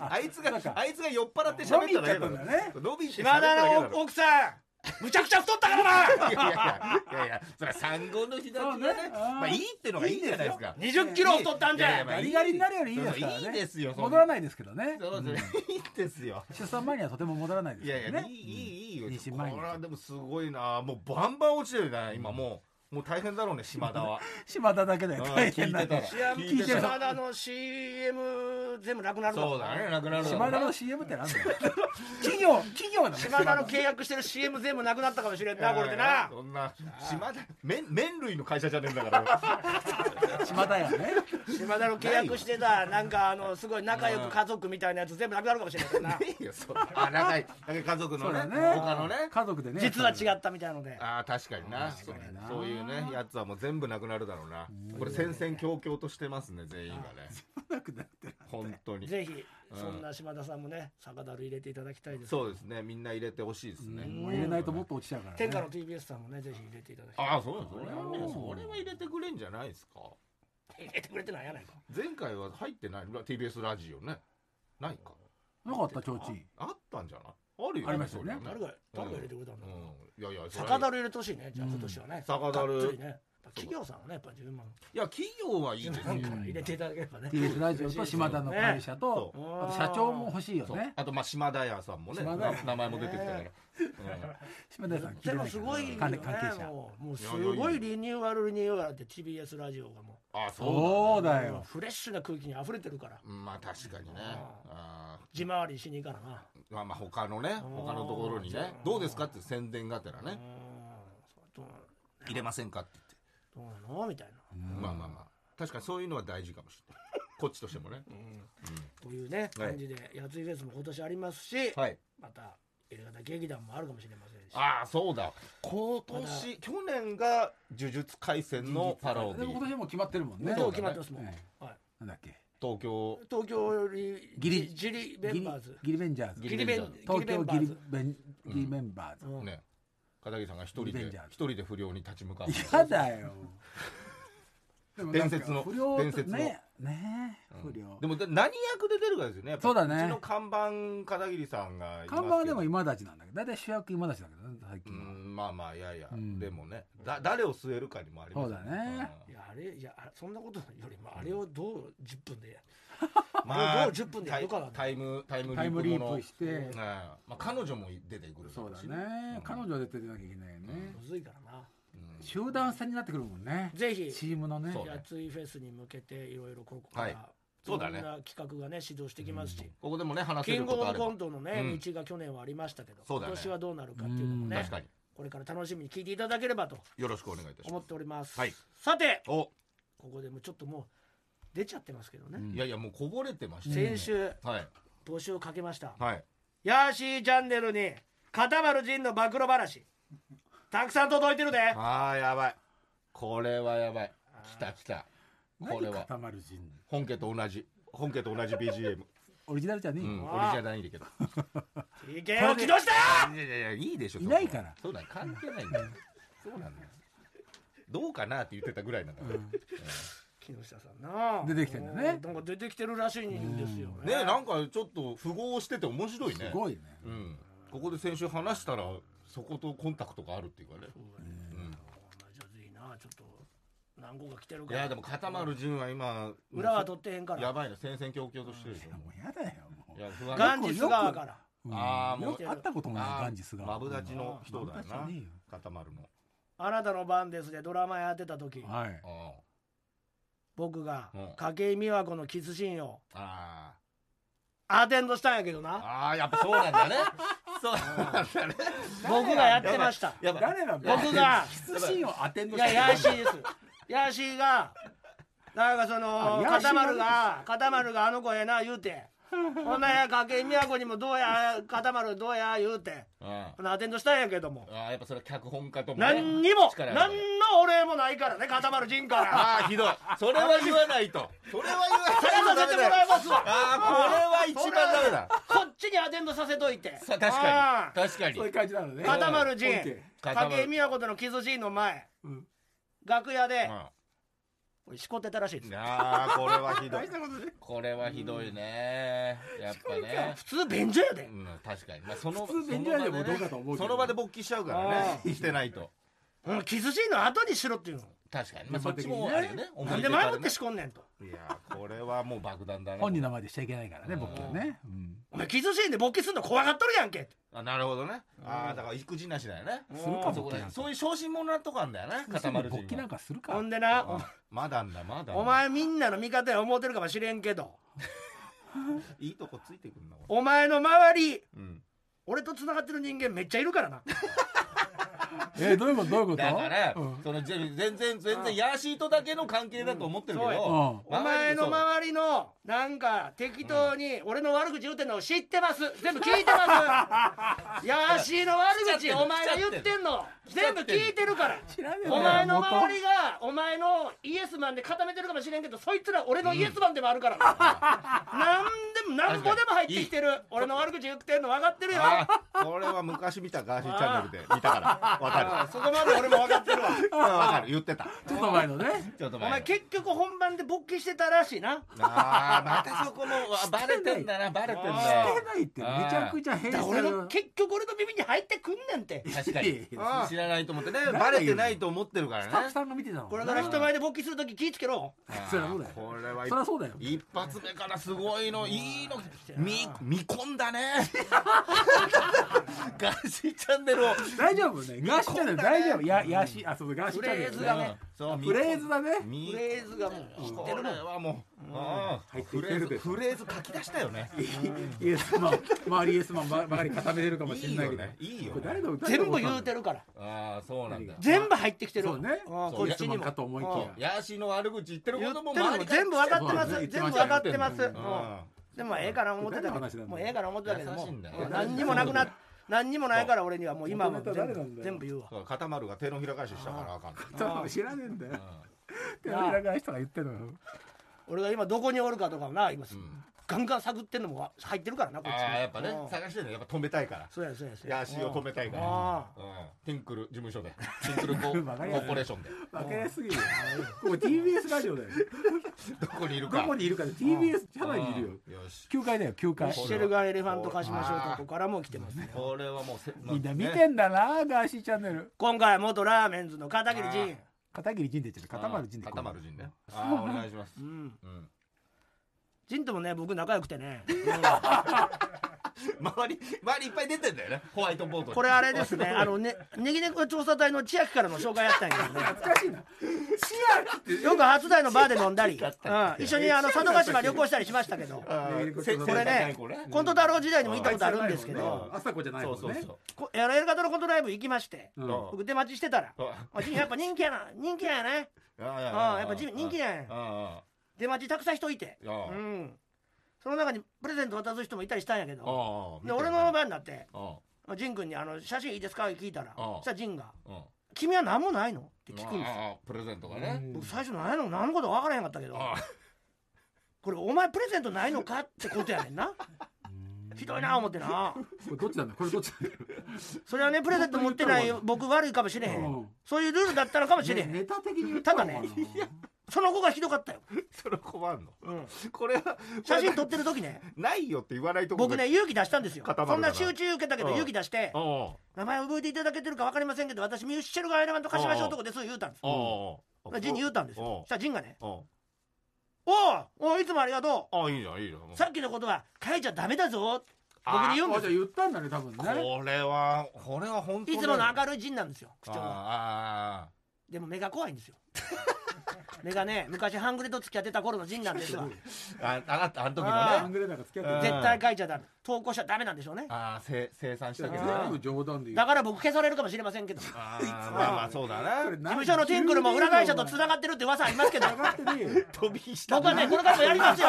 C: あいつが
D: そうか
C: あいつが酔っ払って喋っただけだ
D: 飲み行っちゃったんだね
C: 伸びて喋 っ
B: 島
C: ただけ
B: 田
C: だ
B: の
C: ろ
B: 奥さんむちゃくちゃ太ったからない
C: やいやいやいやそれは産後の日だけはね
D: そうね
C: まあいいってのがいいじゃないですか
B: 2 0キロ太ったんじゃ
C: いやいやまあ
D: ガリガリになるよりいいですから
C: いい
D: ね
C: ですよそんな
D: 戻らないですけどね
C: そうそう いいですよ
D: 出産前にはとても戻らないです
C: い
D: け
C: やい
D: ど
C: や、い
D: ね
C: い、いい、いいよ。
D: 妊
C: これ
D: 娠前に
C: はでもすごいな。もうバンバン落ちてるね、今もう。もう大変だろうね、島田 は。
D: 島田だけだ
C: うん
D: よ大
C: 聞
D: 変
C: い
D: だ
C: て
D: よ
C: たら。
B: ん
C: 聞いてたら。
B: 島田の CM 全部なくなる
C: そうだね、なくなるだろうな
D: 島田の CM ってなんだよ 企業企業なの
B: 島田の契約してる CM 全部なくなったかもしれんなこれでな
C: そんな、島田、麺、麺類の会社じゃねえんだ から。
D: 島田やね
B: 島田の契約してたなんかあのすごい仲良く家族みたいなやつ全部なくなるかもしれないからな
C: ねえよ、そう。あ、長い、長い家族
D: そ
C: の
D: う
C: ね
D: だね、
C: 他のね。
D: 家族でね
B: 実は 違ったみたいので
C: ああ、確かにな。そ
D: 確
C: う
D: かにな
C: そういうね、やつはもう全部なくなるだろうな。これ戦々恐々としてますね、全員がね。
D: なくなってる
C: 本当に。
B: ぜひそんな島田さんもね酒樽入れていただきたいです
C: そうですね、みんな入れてほしいですね。
D: もう入れないともっと落ちちゃうからね
B: 天下の TBS さんもねぜひ入れていただきたい
C: ああ、そうです。それは
D: う
C: ね、
D: ん
C: それは入れてくれんじゃないですか。
B: 入れてくれてないやないか
C: 前回は入ってない、TBS ラジオね。ないか。
D: なかった提灯
C: あったんじゃないあるよ、
D: ありましたよね
C: そりゃ
B: 誰が誰が入れてくれたんだろう
C: うん。いやいや、それ
B: 酒樽入れてほしいねじゃあ今年はね
C: 酒樽
B: がっつりねやっぱ企業さんはねやっぱ自分も
C: いや、企業はいいですよ。
B: なんか入れていただければね
D: TBS ラジオと島田の会社と
C: そ
D: あと社長も欲しいよ
C: そう
D: ね
C: あと、まあ、島田屋さんもね、
D: 島田屋
C: な名前も出てきたから。
D: 島田さん聞いて
B: で
D: な
B: も
D: い
B: す
D: から
B: ごいよね
D: 関係者
B: もうもうすごいリニューアルリニューアルって TBS ラジオがも
C: うんああ、
D: そう
C: そうだね。
D: だ
B: う
D: よ
B: フレッシュな空気に溢れてるから
C: うんまあ、確かにね。ああ
B: 自回りしに行かなな
C: まあ、まあ、他のね、他のところにね、どうですかって宣伝がてら
B: う
C: ね、
B: んどう
C: 入れませんかって言って。
B: どうなのみたいな
C: まあまあまあ確かにそういうのは大事かもしれないこっちとしてもね
B: というね
C: はい
B: 感じでやついフェスも今年ありますし
C: はい
B: またエレガタ劇団もあるかもしれませんし
C: ああそうだ今年去年が「呪術廻戦」のパロデ
D: で
C: ィ
D: も今年はもう決まってるもんね
B: 今日決まってますもん、
D: そうだね
B: はい、
D: なんだっけ
C: 東京
B: 東京より
D: ギリ
B: ジリメンバーズ
D: ギリベンジャーズ
C: ギリ
B: ベン
D: 東京
B: ギ
D: ギ
B: リ
D: リベンギリベンバーズ
B: うん
C: ね片桐さんが一人
D: リベ
C: で
D: ンジャーズ
C: 一人で不良に立ち向かう
D: やだよでもなんか
C: 伝説の
D: 不良と
C: 伝説の
D: ねね不良
C: でもで何役で出るかですよねやっぱ
D: そうだね
C: うちの看板片桐さんがいますけど
D: 看板はでも今立ちなんだけど大体主役今立ちだけどね最
C: う
D: 近は
C: んまあまあいやいや、
D: ん
C: でもねだ誰を据えるかにもありますよ
D: そうだね
B: いやあれいやあそんなことよりもあれをどう10分でや
C: うんまあ
B: どう10分でやるかな
C: タイタイムタイム
D: タイムリ
C: リープも
D: ー
C: の
D: プして
C: うんまあ、彼女も出てくる
D: そうだ
C: し
D: ね彼女は出てなきゃいけないよね
B: むずいからな
D: 集団戦になってくるもんね
B: ぜひ
D: チームのね
C: そう
B: やついフェスに向けていろいろここから、
C: はいそうだね
B: いろんな企画がね始動してきますし、
C: ここでもね話
B: キ
C: せ
B: ン
C: る
B: グ
C: こと
B: オ
C: あ
B: ブ
C: れ
B: コ
C: ば
B: ントのね、
C: うん
B: 道が去年はありましたけど、
C: そうだ
B: 今
C: ね
B: 年はどうなるかっていうのもね
C: 確かに
B: これから楽しみに聞いていただければと
C: よろしくお願いいたし
B: 思
C: ま
B: っ
C: す
B: ております、
C: はい
B: さて
C: お
B: ここでもうちょっともう出ちゃってますけどね、
C: いやいやもうこぼれてましたよ
B: 先週
C: はい
B: 募集をかけました、
C: はい
B: ヤーシーチャンネルに片丸仁の暴露話たくさん届いてるで
C: あーやばいこれはやばいきたきたこれ
D: 何
C: は
D: 固まる陣
C: 本家と同じ本家と同じ BGM
D: オリジナルじゃねえ
C: う
D: よ
C: ん俺じゃ ないんだけど
B: 意見を木下
C: いやいやいやいいでしょ
D: い
C: そこはい
D: ないから
C: そうだよ関係ないんだよ そうなんだよどうかなって言ってたぐらいなんだからね
B: 木下さんな
D: 出てきてんだね
B: なんか出てきてるらしいんですよね
C: えなんかちょっと符号してて面白いね
D: すごいね
C: うんここで先週話したらそことコンタクトがあるっていうかね
B: うんじゃあぜひなちょっと何個か来てる
C: い
B: から
C: やでも固まる順は今
B: 裏は取ってへんから
C: やばいな戦々恐々としてるでし
D: い
C: ょ
D: やもうやだよもう
C: いや不安
B: ガンジス川から
D: うん
C: あーもう
D: よく会ったこともないガンジスが
C: マブダチの人だよ
D: マブダ
C: な
D: チねえよ
C: 固まるの
B: あなたの番ですでドラマやってた時
D: はい
C: あ
B: 僕が
C: うん
B: 筧美和子のキスシーンを
C: あ
B: アテンドしたんやけどな
C: ああやっぱそうなんだねそうなんだね
B: 僕がやってました
C: やばい
D: 誰なんだ
B: 僕が
D: キスシーンをアテンド
B: い
D: し
B: や
D: て
B: ヤーシーですヤーシーがなんかそ
D: あ
B: の
D: ヤーシ
B: 片
D: ー
B: 丸が片丸があの子ええな言うてほんなら筧美和子にもどうや片丸どうや言うて
C: あ
B: ほなアテンドしたんやけども
C: あやっぱそれは脚本家ともね
B: 何にも
C: 力があ
B: 何
C: る
B: のお礼もないからね固まる陣から
C: ああひどいそれは言わないとそれは言
B: やら
C: わな
B: させ
C: いとダ
B: て
C: メ
B: も
C: だ
B: ら
C: よ
B: いますわ
C: ああこれは一番ダメだ
B: こっちにアテンドさせとい て
C: さ確かに確か
D: そういう
C: に
D: 感じなのね
B: 固まる陣
D: オッケ
C: 固ま
B: 筧
C: る
B: 美和子とのキスシーンの前
D: うん
B: 楽屋で
C: あ
B: これしこってたらしいです
C: あこれはひどい
D: 大したことね
C: これはひどいねやっぱね
B: 普通便所やで
C: うん確かにまあその
D: 普通便利屋でもどうかと思うけど
C: その場で勃起しちゃうからねしてないと
B: うんキスシーンの後にしろっていうの
C: 確かにまあそ
D: 現場
C: っ
D: 的
C: ち
D: にね
C: もあるよね思
B: ないん
C: 出
B: で
C: があ
B: 前
C: る
B: もってしこんねんと
C: いやこれはもう爆弾だね
D: 本人の前でしちゃいけないからね僕はねうん
B: お前キスシーンで勃起すんの怖がっとるやんけ
C: あなるほどねああだから育児なしだよね
B: ん
D: するか
B: う
C: そ
D: も
C: こらそういう小心者なとこあんだよね固まる
D: 勃起なん
C: か
D: かするか
B: ほんでな
C: まだんだまだんだ
B: おお前みんなの味方や思うてるかもしれんけど
C: いいとこついてくんなこれ
B: お前の周り
C: うん
B: 俺と繋がってる人間めっちゃいる からな
D: えーどういうことどういうこと
C: だから、
D: うん
C: そのぜ全然全然ヤーシーとだけの関係だと思ってるけど、
B: うん
D: そ
B: お前の
C: ま
B: 周りのなんか適当に俺の悪口言うてんの知ってます全部聞いて ますヤーシーの悪口お前が言ってんの全部聞いてるから
D: 知らねえな
B: お前の周りがお前のイエスマンで固めてるかもしれんけどそいつら俺のイエスマンでもあるからな、ん、何でも何ぼでも入ってきてる俺の悪口言ってんの分かってるよ
C: あこれは昔見たガーシーチャンネルで見たからわか
B: そこまで俺も分かってるわ
C: るわかる言ってた
D: ちょっと前のね
C: ちょっと
B: お前
C: 前
B: 結局本番で勃起してたらしいな
C: あーまたそこもわバレてんだなバレてんだ
D: してないってめちゃくちゃ
B: だ
D: 変
B: から俺の
D: な
B: 結局俺の耳に入ってくんねんて
C: 確かに
B: あー
C: 知らないと思ってねバレてないと思ってるから
D: ス
C: ね
D: タッフさんが見てたの
B: これから人前で勃起するとき気ぃつけろ
C: あー
D: そりゃそうだよ
C: これは
D: そりゃそうだよ
C: 一発目からすごいのいいの見見込んだね ガーシーチャンネルを
D: 大丈夫ねガシちゃんだよ大丈夫ややしあそうそうガシちゃんだ
B: フ
D: よ
B: レーズがね
C: そう
D: フレーズだね
C: 見
B: フ
C: 込ん
B: レーズがもう知って
C: こ
B: るもん
C: れはもう、ああ
D: 入って
C: フ
D: き
C: レ
D: て
C: ー
D: る
C: ズ
D: でしょ
C: フレーズ書き出したよね。
D: イエスマン周りイエスマンばばかり固めてるかもし
C: い
D: れ
C: い
D: ない
C: よ
D: けど
C: ね。いいよ
D: これ誰
C: ね。
D: の歌
B: 全部言うて
D: る
B: るから
C: ああそうなんだ。
B: 全部入ってきてる
D: そうね
B: うん
C: そう
B: こ
D: イエ
B: っ
D: ス
B: ち
D: マ
B: に
D: ン
B: も
D: かと思いき
B: うん
D: や
C: ヤーシーの悪口言ってる
B: 言っ
C: ことも
B: てる
C: 周
B: の
C: り
B: 全部分かってます
D: そうね
B: 全部分かってま
C: う
B: す
C: ん
B: うんでもええから思ってたけ
D: 誰の話な
B: ど
D: んだ
B: もうええから思ってたけども
C: 優しいんだよ
B: うん何にもなくな何にもないから俺にはもう今はもう全
D: 元ネタ誰なん
B: 部
D: だよ
B: 全部言うわ
C: そう固まるが手のひら返ししたからあかんない。
D: ちょっと知らねえんだよ手
B: なあ
D: のひら返しとか言ってるのよ
B: 俺が今どこにおるかとかもな今
C: ん
B: ガンガン探ってんのも入ってるからなこっちに
C: ああやっぱね
B: うん
C: 探してねやっぱ止めたいから。
B: そうやそうやそうや
C: ヤーシーを止めたいから
B: あ。
C: うんティンクル事務所で、ティンクルココ
D: わかりやすい
C: ーポレーションで、
D: 分かりやすすぎるよここ TBS ラジオだよ
C: どこにいる
D: ど
C: か。
D: こにいるかで TBS 社
C: う
D: 内
C: ん
D: にいるよ
C: よし。
D: 9階だよ9階
B: ミッシェルがエレファント化しましょうとこからも来てますね
C: これはもうせ
D: みんな見てんだなガーシーチャンネル
B: 今回は元ラーメンズの片桐仁
D: 片桐仁でちょっと
C: うん
D: 固まる仁で
C: 固まる陣ね。ああお願いします。
B: うん
C: うん
B: 仁ともね僕仲良くてね
C: 周り周りいっぱい出てんだよねホワイトボードに
B: これあれですね あのねネギネコ調査隊の千秋からの紹介やったんやけ どね
D: 懐かしいな
B: よく初台のバーで飲んだり、うん、一緒にあの佐渡島旅行したりしましたけど
C: あー
D: これ
C: せ
D: ね
C: 背高い子
B: コント太郎時代にも行ったことあるんですけど
D: 朝子じゃない
C: そ
D: も
C: うんそう
D: ね
C: そう
B: こやられ方のコントライブ行きまして
D: うん
C: そ
B: 僕出待ちして たら
C: あ
B: あ仁やっぱ人気やな人気やね
C: あー
B: うんやっぱ仁人気やね
C: あ
B: 出待ちたくさん人いて
C: ー
B: う
C: あー
B: んその中にプレゼント渡す人もいたりしたんやけ
C: あ
B: ど
C: ー
B: で俺の番になって
C: あ
B: 仁君にあの「写真いいですか?」聞いたら
C: あ
B: そしたら仁が
C: ーうん
B: 「君は何もないの?」って聞くんですよ
C: あープレゼントがね
B: 僕最初何やの何のことか分からへんかったけど
C: あー
B: これお前プレゼントないのかってことやねん なひどいな思ってな
D: これどっちなんだこれどっちなんだ
B: それはねプレゼント持ってない僕悪いかもしれへ
D: うんん
B: そういうルールだったのかもしれへ
D: ねネ
B: ん
D: タ的に言ったた
B: だ
D: の
B: ねその子がひどかったよ、
C: それ困るの
B: うん、
C: これは
B: 写真撮っててる時ね
C: ないよって言わないとこ
B: 僕ね勇気出したんですよ
C: 固まる
B: そん
C: から
B: な集中受けたけど
C: うん
B: 勇気出して
C: おお
B: 名前覚えていただけてるか分かりませんけど私ミュッシェル・ガイラマンと柏市男です言うたんです
C: おお
B: まあジンに言うたんです
C: お
B: よ
C: う
B: そしたらジンがね
C: お
B: 「おうおういつもありがと
C: あいいじゃんいいじゃん
B: うさっきのことは変えちゃダメだぞ」僕に言うん
D: あ
B: です
D: じゃあ
B: よ
D: 言ったんだね多分ね
C: これはこれは本当
B: いつもの明るいジンなんですよ口調は
C: あ
B: でも目が怖いんですよ 目がね昔半グレと付き合ってた頃のジンなんですよ
C: ーあーああなたあの時
D: あ
C: の
D: ン
C: ね
D: グレなんか付き合
C: う
D: っ
C: ん
D: て
B: 絶対書いちゃダメ投稿しちゃダメなんでしょうね
C: ああせ生産した
D: た
C: け
D: け
C: ど
D: ど
C: ね
D: 全部冗談で言
B: だ
D: う
B: から僕消されるかもしれませんけど事
C: あーまあまあそうだな
D: 事
B: 務所のティンクルも裏会社とつな
D: が
B: がってるって噂ありますけど
D: ってねえよ
C: 飛び火した
B: 僕はねこれからもやりますよ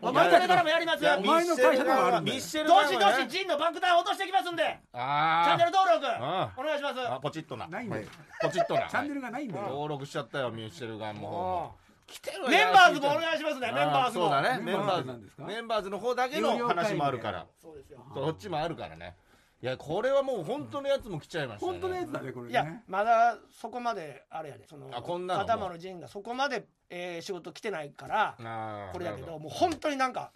B: 僕はこれからもやりますよ
D: お前の会社でもあるんだよ
C: ミッシェル
B: どしど
C: ガンはね
B: しジンの爆弾を落としてきますんでチャ
C: あ
B: ンネル登録
C: あ
B: お願いします
C: ーあポチッとな
D: ないんだよ
C: ポチッとな
D: チャンネルがないんだよ
C: 登録しちゃったよミッシェルガンも来てるわ
B: メンバーズもお願いしますねメンバーズも
C: そうだねメ
D: メ
C: ン
D: ン
C: バ
D: バ
C: ー
D: ー
C: ズ
D: ズ
C: な
D: なんん
C: で
D: ですす
C: か
D: か
C: メンバーズの方だけの話もあるから
B: そうですよ
C: どっちもあるからねいやこれはもう本当のやつも来ちゃいましたね
D: 本当のやつだねこれ
B: い
D: ね
B: やまだそこまであれやでその
C: あこんなのも
B: 頭の陣がそこまで、えー仕事来てないから
C: あー
B: これだけ
C: なる
B: ど
C: ほ
B: もう本当になんか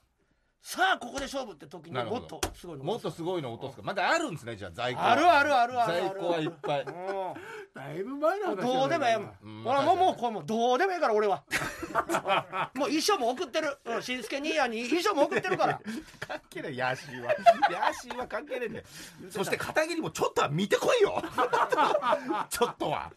B: さあここで勝負って時に
C: なる
B: も
C: ほ
B: っ
C: ど
B: とすごいの
C: もっとすごいの落とすかまだあるんですねじゃあ在庫は
B: あるあるあるあるある
C: 在庫はいっ ぱい
B: も
D: だいぶ前の話
B: う
D: だよ
B: どうでもええも
C: うん
B: ん、
C: まあ
B: 俺はもうもう
C: 確
B: これもうどうでもええから俺は もう衣装も送ってる、うん、しんすけ兄やに衣装も送ってる から
C: 関係ないヤシーはヤシーは関係ないんだよそして片桐もちょっとは見てこい よちょっとは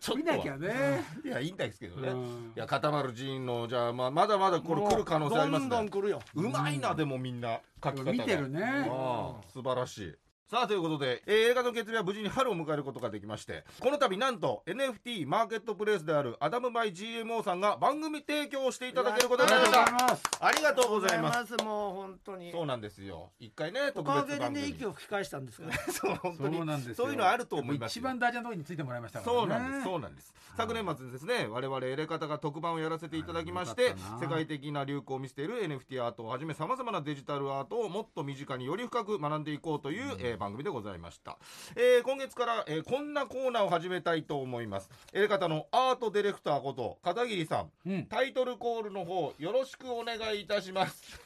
C: ちょっ
D: 見
C: とは
D: なきゃね
C: いやいいんですけどね
D: うん
C: いや固まる陣のじゃあまあまだまだこれ来る可能性ありますね
B: どんどん来るよ
C: うまいな、でもみんな書き方が
D: 見てるね
C: ああ素晴らしいさあということで、えー映画の決意は無事に春を迎えることができましてこの度なんと NFT マーケットプレイスであるアダム・バイ GMO さんが番組提供をしていただけること
D: あ
C: にな
D: り
C: り
D: がと
C: まし
D: うござ
C: た
D: います
C: ありがとうございます
B: ありがとうございますもう本当に
C: そうなんですよ一回ね
B: お
C: 特
B: かげ
C: 別
B: で
C: 番組
B: ね息を吹き返したんですから
C: そう本当に
D: そうなんですよ
C: そういうのあると思います
D: 一
C: よ
D: 番大事なところについてもらいましたからね
C: そうなんです、そうなんです。昨年末にですね、我々エレカタが特番をやらせていただきまして
D: よかっ、た
C: 世
D: な
C: 界的な流行を見せている NFT アートをはじめ様々なデジタルアートをもっと身近により深く学んでいこうという、えー番組でございました。えー今月から、えーこんなコーナーを始めたいと思います。エレカタのアートディレクターこと片桐さん、
D: うん
C: タイトルコールの方よろしくお願いいたします。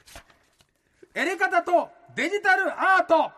D: エレカタとデジタルアート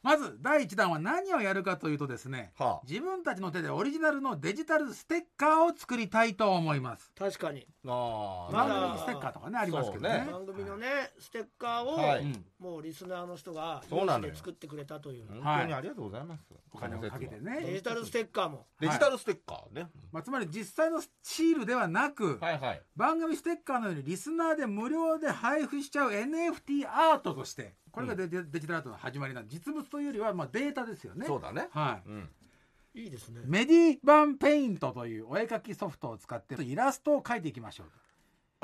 D: まず第1弾は何をやるかというとですね、
C: はあ
D: 自分たちの手でオリジナルのデジタルステッカーを作りたいと思います
B: 確かに
C: あ
B: ま
D: 番
B: だ
D: 組のステッカーとかねありますけどね
C: そうね
B: 番組のねステッカーを、
C: はい
B: もうリスナーの人が
C: そうなの
B: 用紙
C: よ
B: で作ってくれたという
C: 本
D: はい
C: 当にありがとうございます。
D: お金をかけて
B: デ
D: ね
B: ジ、タルステッカーも
C: デジタルステッカーね。
D: まあ、つまり実際のシールではなく、
C: はいはい。
D: 番組ステッカーのようにリスナーで無料で配布しちゃう NFT アートとしてこれがデジ,、デジタルアートの始まりなんで実物というよりはまあデータですよね
C: そうだね。
D: はい、
C: うん。
B: いいですね
D: メディバンペイントというお絵描きソフトを使ってイラストを描いていきましょう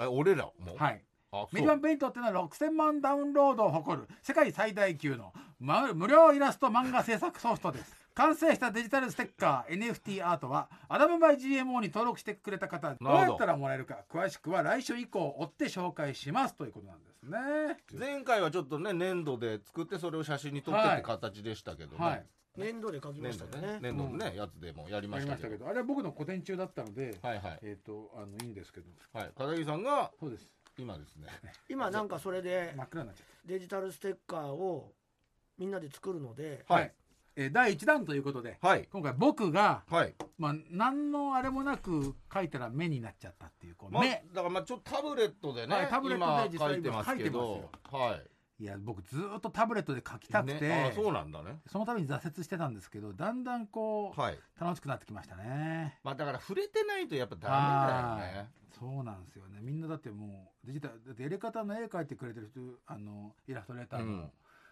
C: え俺らも。
D: と。はい。
C: あそう
D: メディバンペイントっていうのは6000万ダウンロードを誇る世界最大級のま無料イラスト漫画制作ソフトです。完成したデジタルステッカー NFT アートはアダムバイ GMO に登録してくれた方どうやったらもらえるか詳しくは来週以降追って紹介しますということなんですね。
C: 前回はちょっとね粘土で作ってそれを写真に撮ってっ
D: は
C: て
D: い
C: 形でしたけどね、
D: はい。
B: 粘土で書きま
C: 粘
B: した
C: 土
B: よ
C: ね
B: ね
C: 粘土のね、やつでもやり
D: あ
C: ま
D: り
C: した
D: ま
C: けど
D: したけどあれは僕の個展中だったので、
C: はいはい、
D: えっ、とあのいいんですけど
C: はい、片桐さんが
D: そうです
C: 今ですね
B: 今なんかそれで
D: 真っ暗になっちゃった。
B: デジタルステッカーをみんなで作るので
C: はい
D: えー第1弾ということで、
C: はい
D: 今回僕が、
C: はい、
D: まあ、何のあれもなく書いたら目になっちゃったっていうこう
C: まあ、だ
D: 目
C: からまあちょっとタブレットでね、
D: はいタブレットで実
C: 今
D: 際
C: 書いてますけ
D: 今書い
C: ど
D: て
C: はい
D: いや僕ずーっとタブレットで書きたくて、
C: ね、あそうなんだね
D: そのために挫折してたんですけどだんだんこう、
C: はい
D: 楽しくなってきましたね
C: まあだから触れてないとやっぱダメだよね
D: そうなんですよねみんなだってもうデジタルだってエレカタの絵描いてくれてる人あのイラストレーター
C: う
D: の
C: ん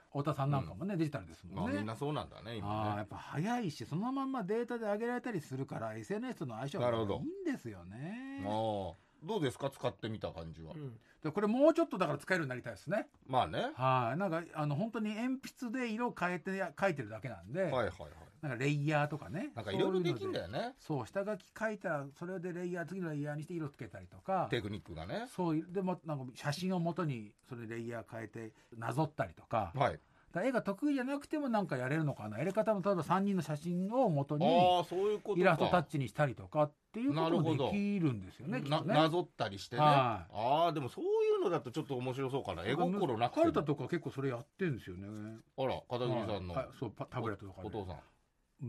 D: 太田さんなんかもね、デジタルです
C: まあ
D: もんね、
C: みんなそうなんだね
D: あーや
C: 今
D: っぱ早いしそのまんまデータで上げられたりするから SNS との相性
C: ない
D: が
C: るほ
D: い
C: ど
D: んですよ
C: ね
D: ね
C: ああどうですか使ってみた感じは、
B: うん
D: でこれもうちょっとだから使えるようになりたいですね
C: まあねは
D: はいなんかあの本当に鉛筆で色変えてや描いてるだけなんで、
C: いはいはい
D: なんかレイヤーとかね
C: なんかいろいろできんだ
D: よ
C: よね
D: そう下書き描いたらそれでレイヤー次のレイヤーにして色つけたりとか
C: テクニックがね
D: そうでもなんか写真を元にそれレイヤー変えてなぞったりとか
C: はい
D: だから絵が得意じゃなくてもなんかやれるのかなやり方も例えば3人の写真を元に
C: ああそういうことか
D: イラストタッチにしたりとかっていうこと
C: なるほ
D: も
C: ど
D: できるんですよねきっ
C: な
D: とね。
C: なぞったりしてね
D: は
C: あ
D: い
C: あでもそういうのだとちょっと面白そうかな絵心な
D: カル
C: くて
D: タ
C: も
D: とか結構それやってるんですよね。
C: あら片桐さんの
D: はいはいそうパタブレットとか
C: お
D: で
C: お父さん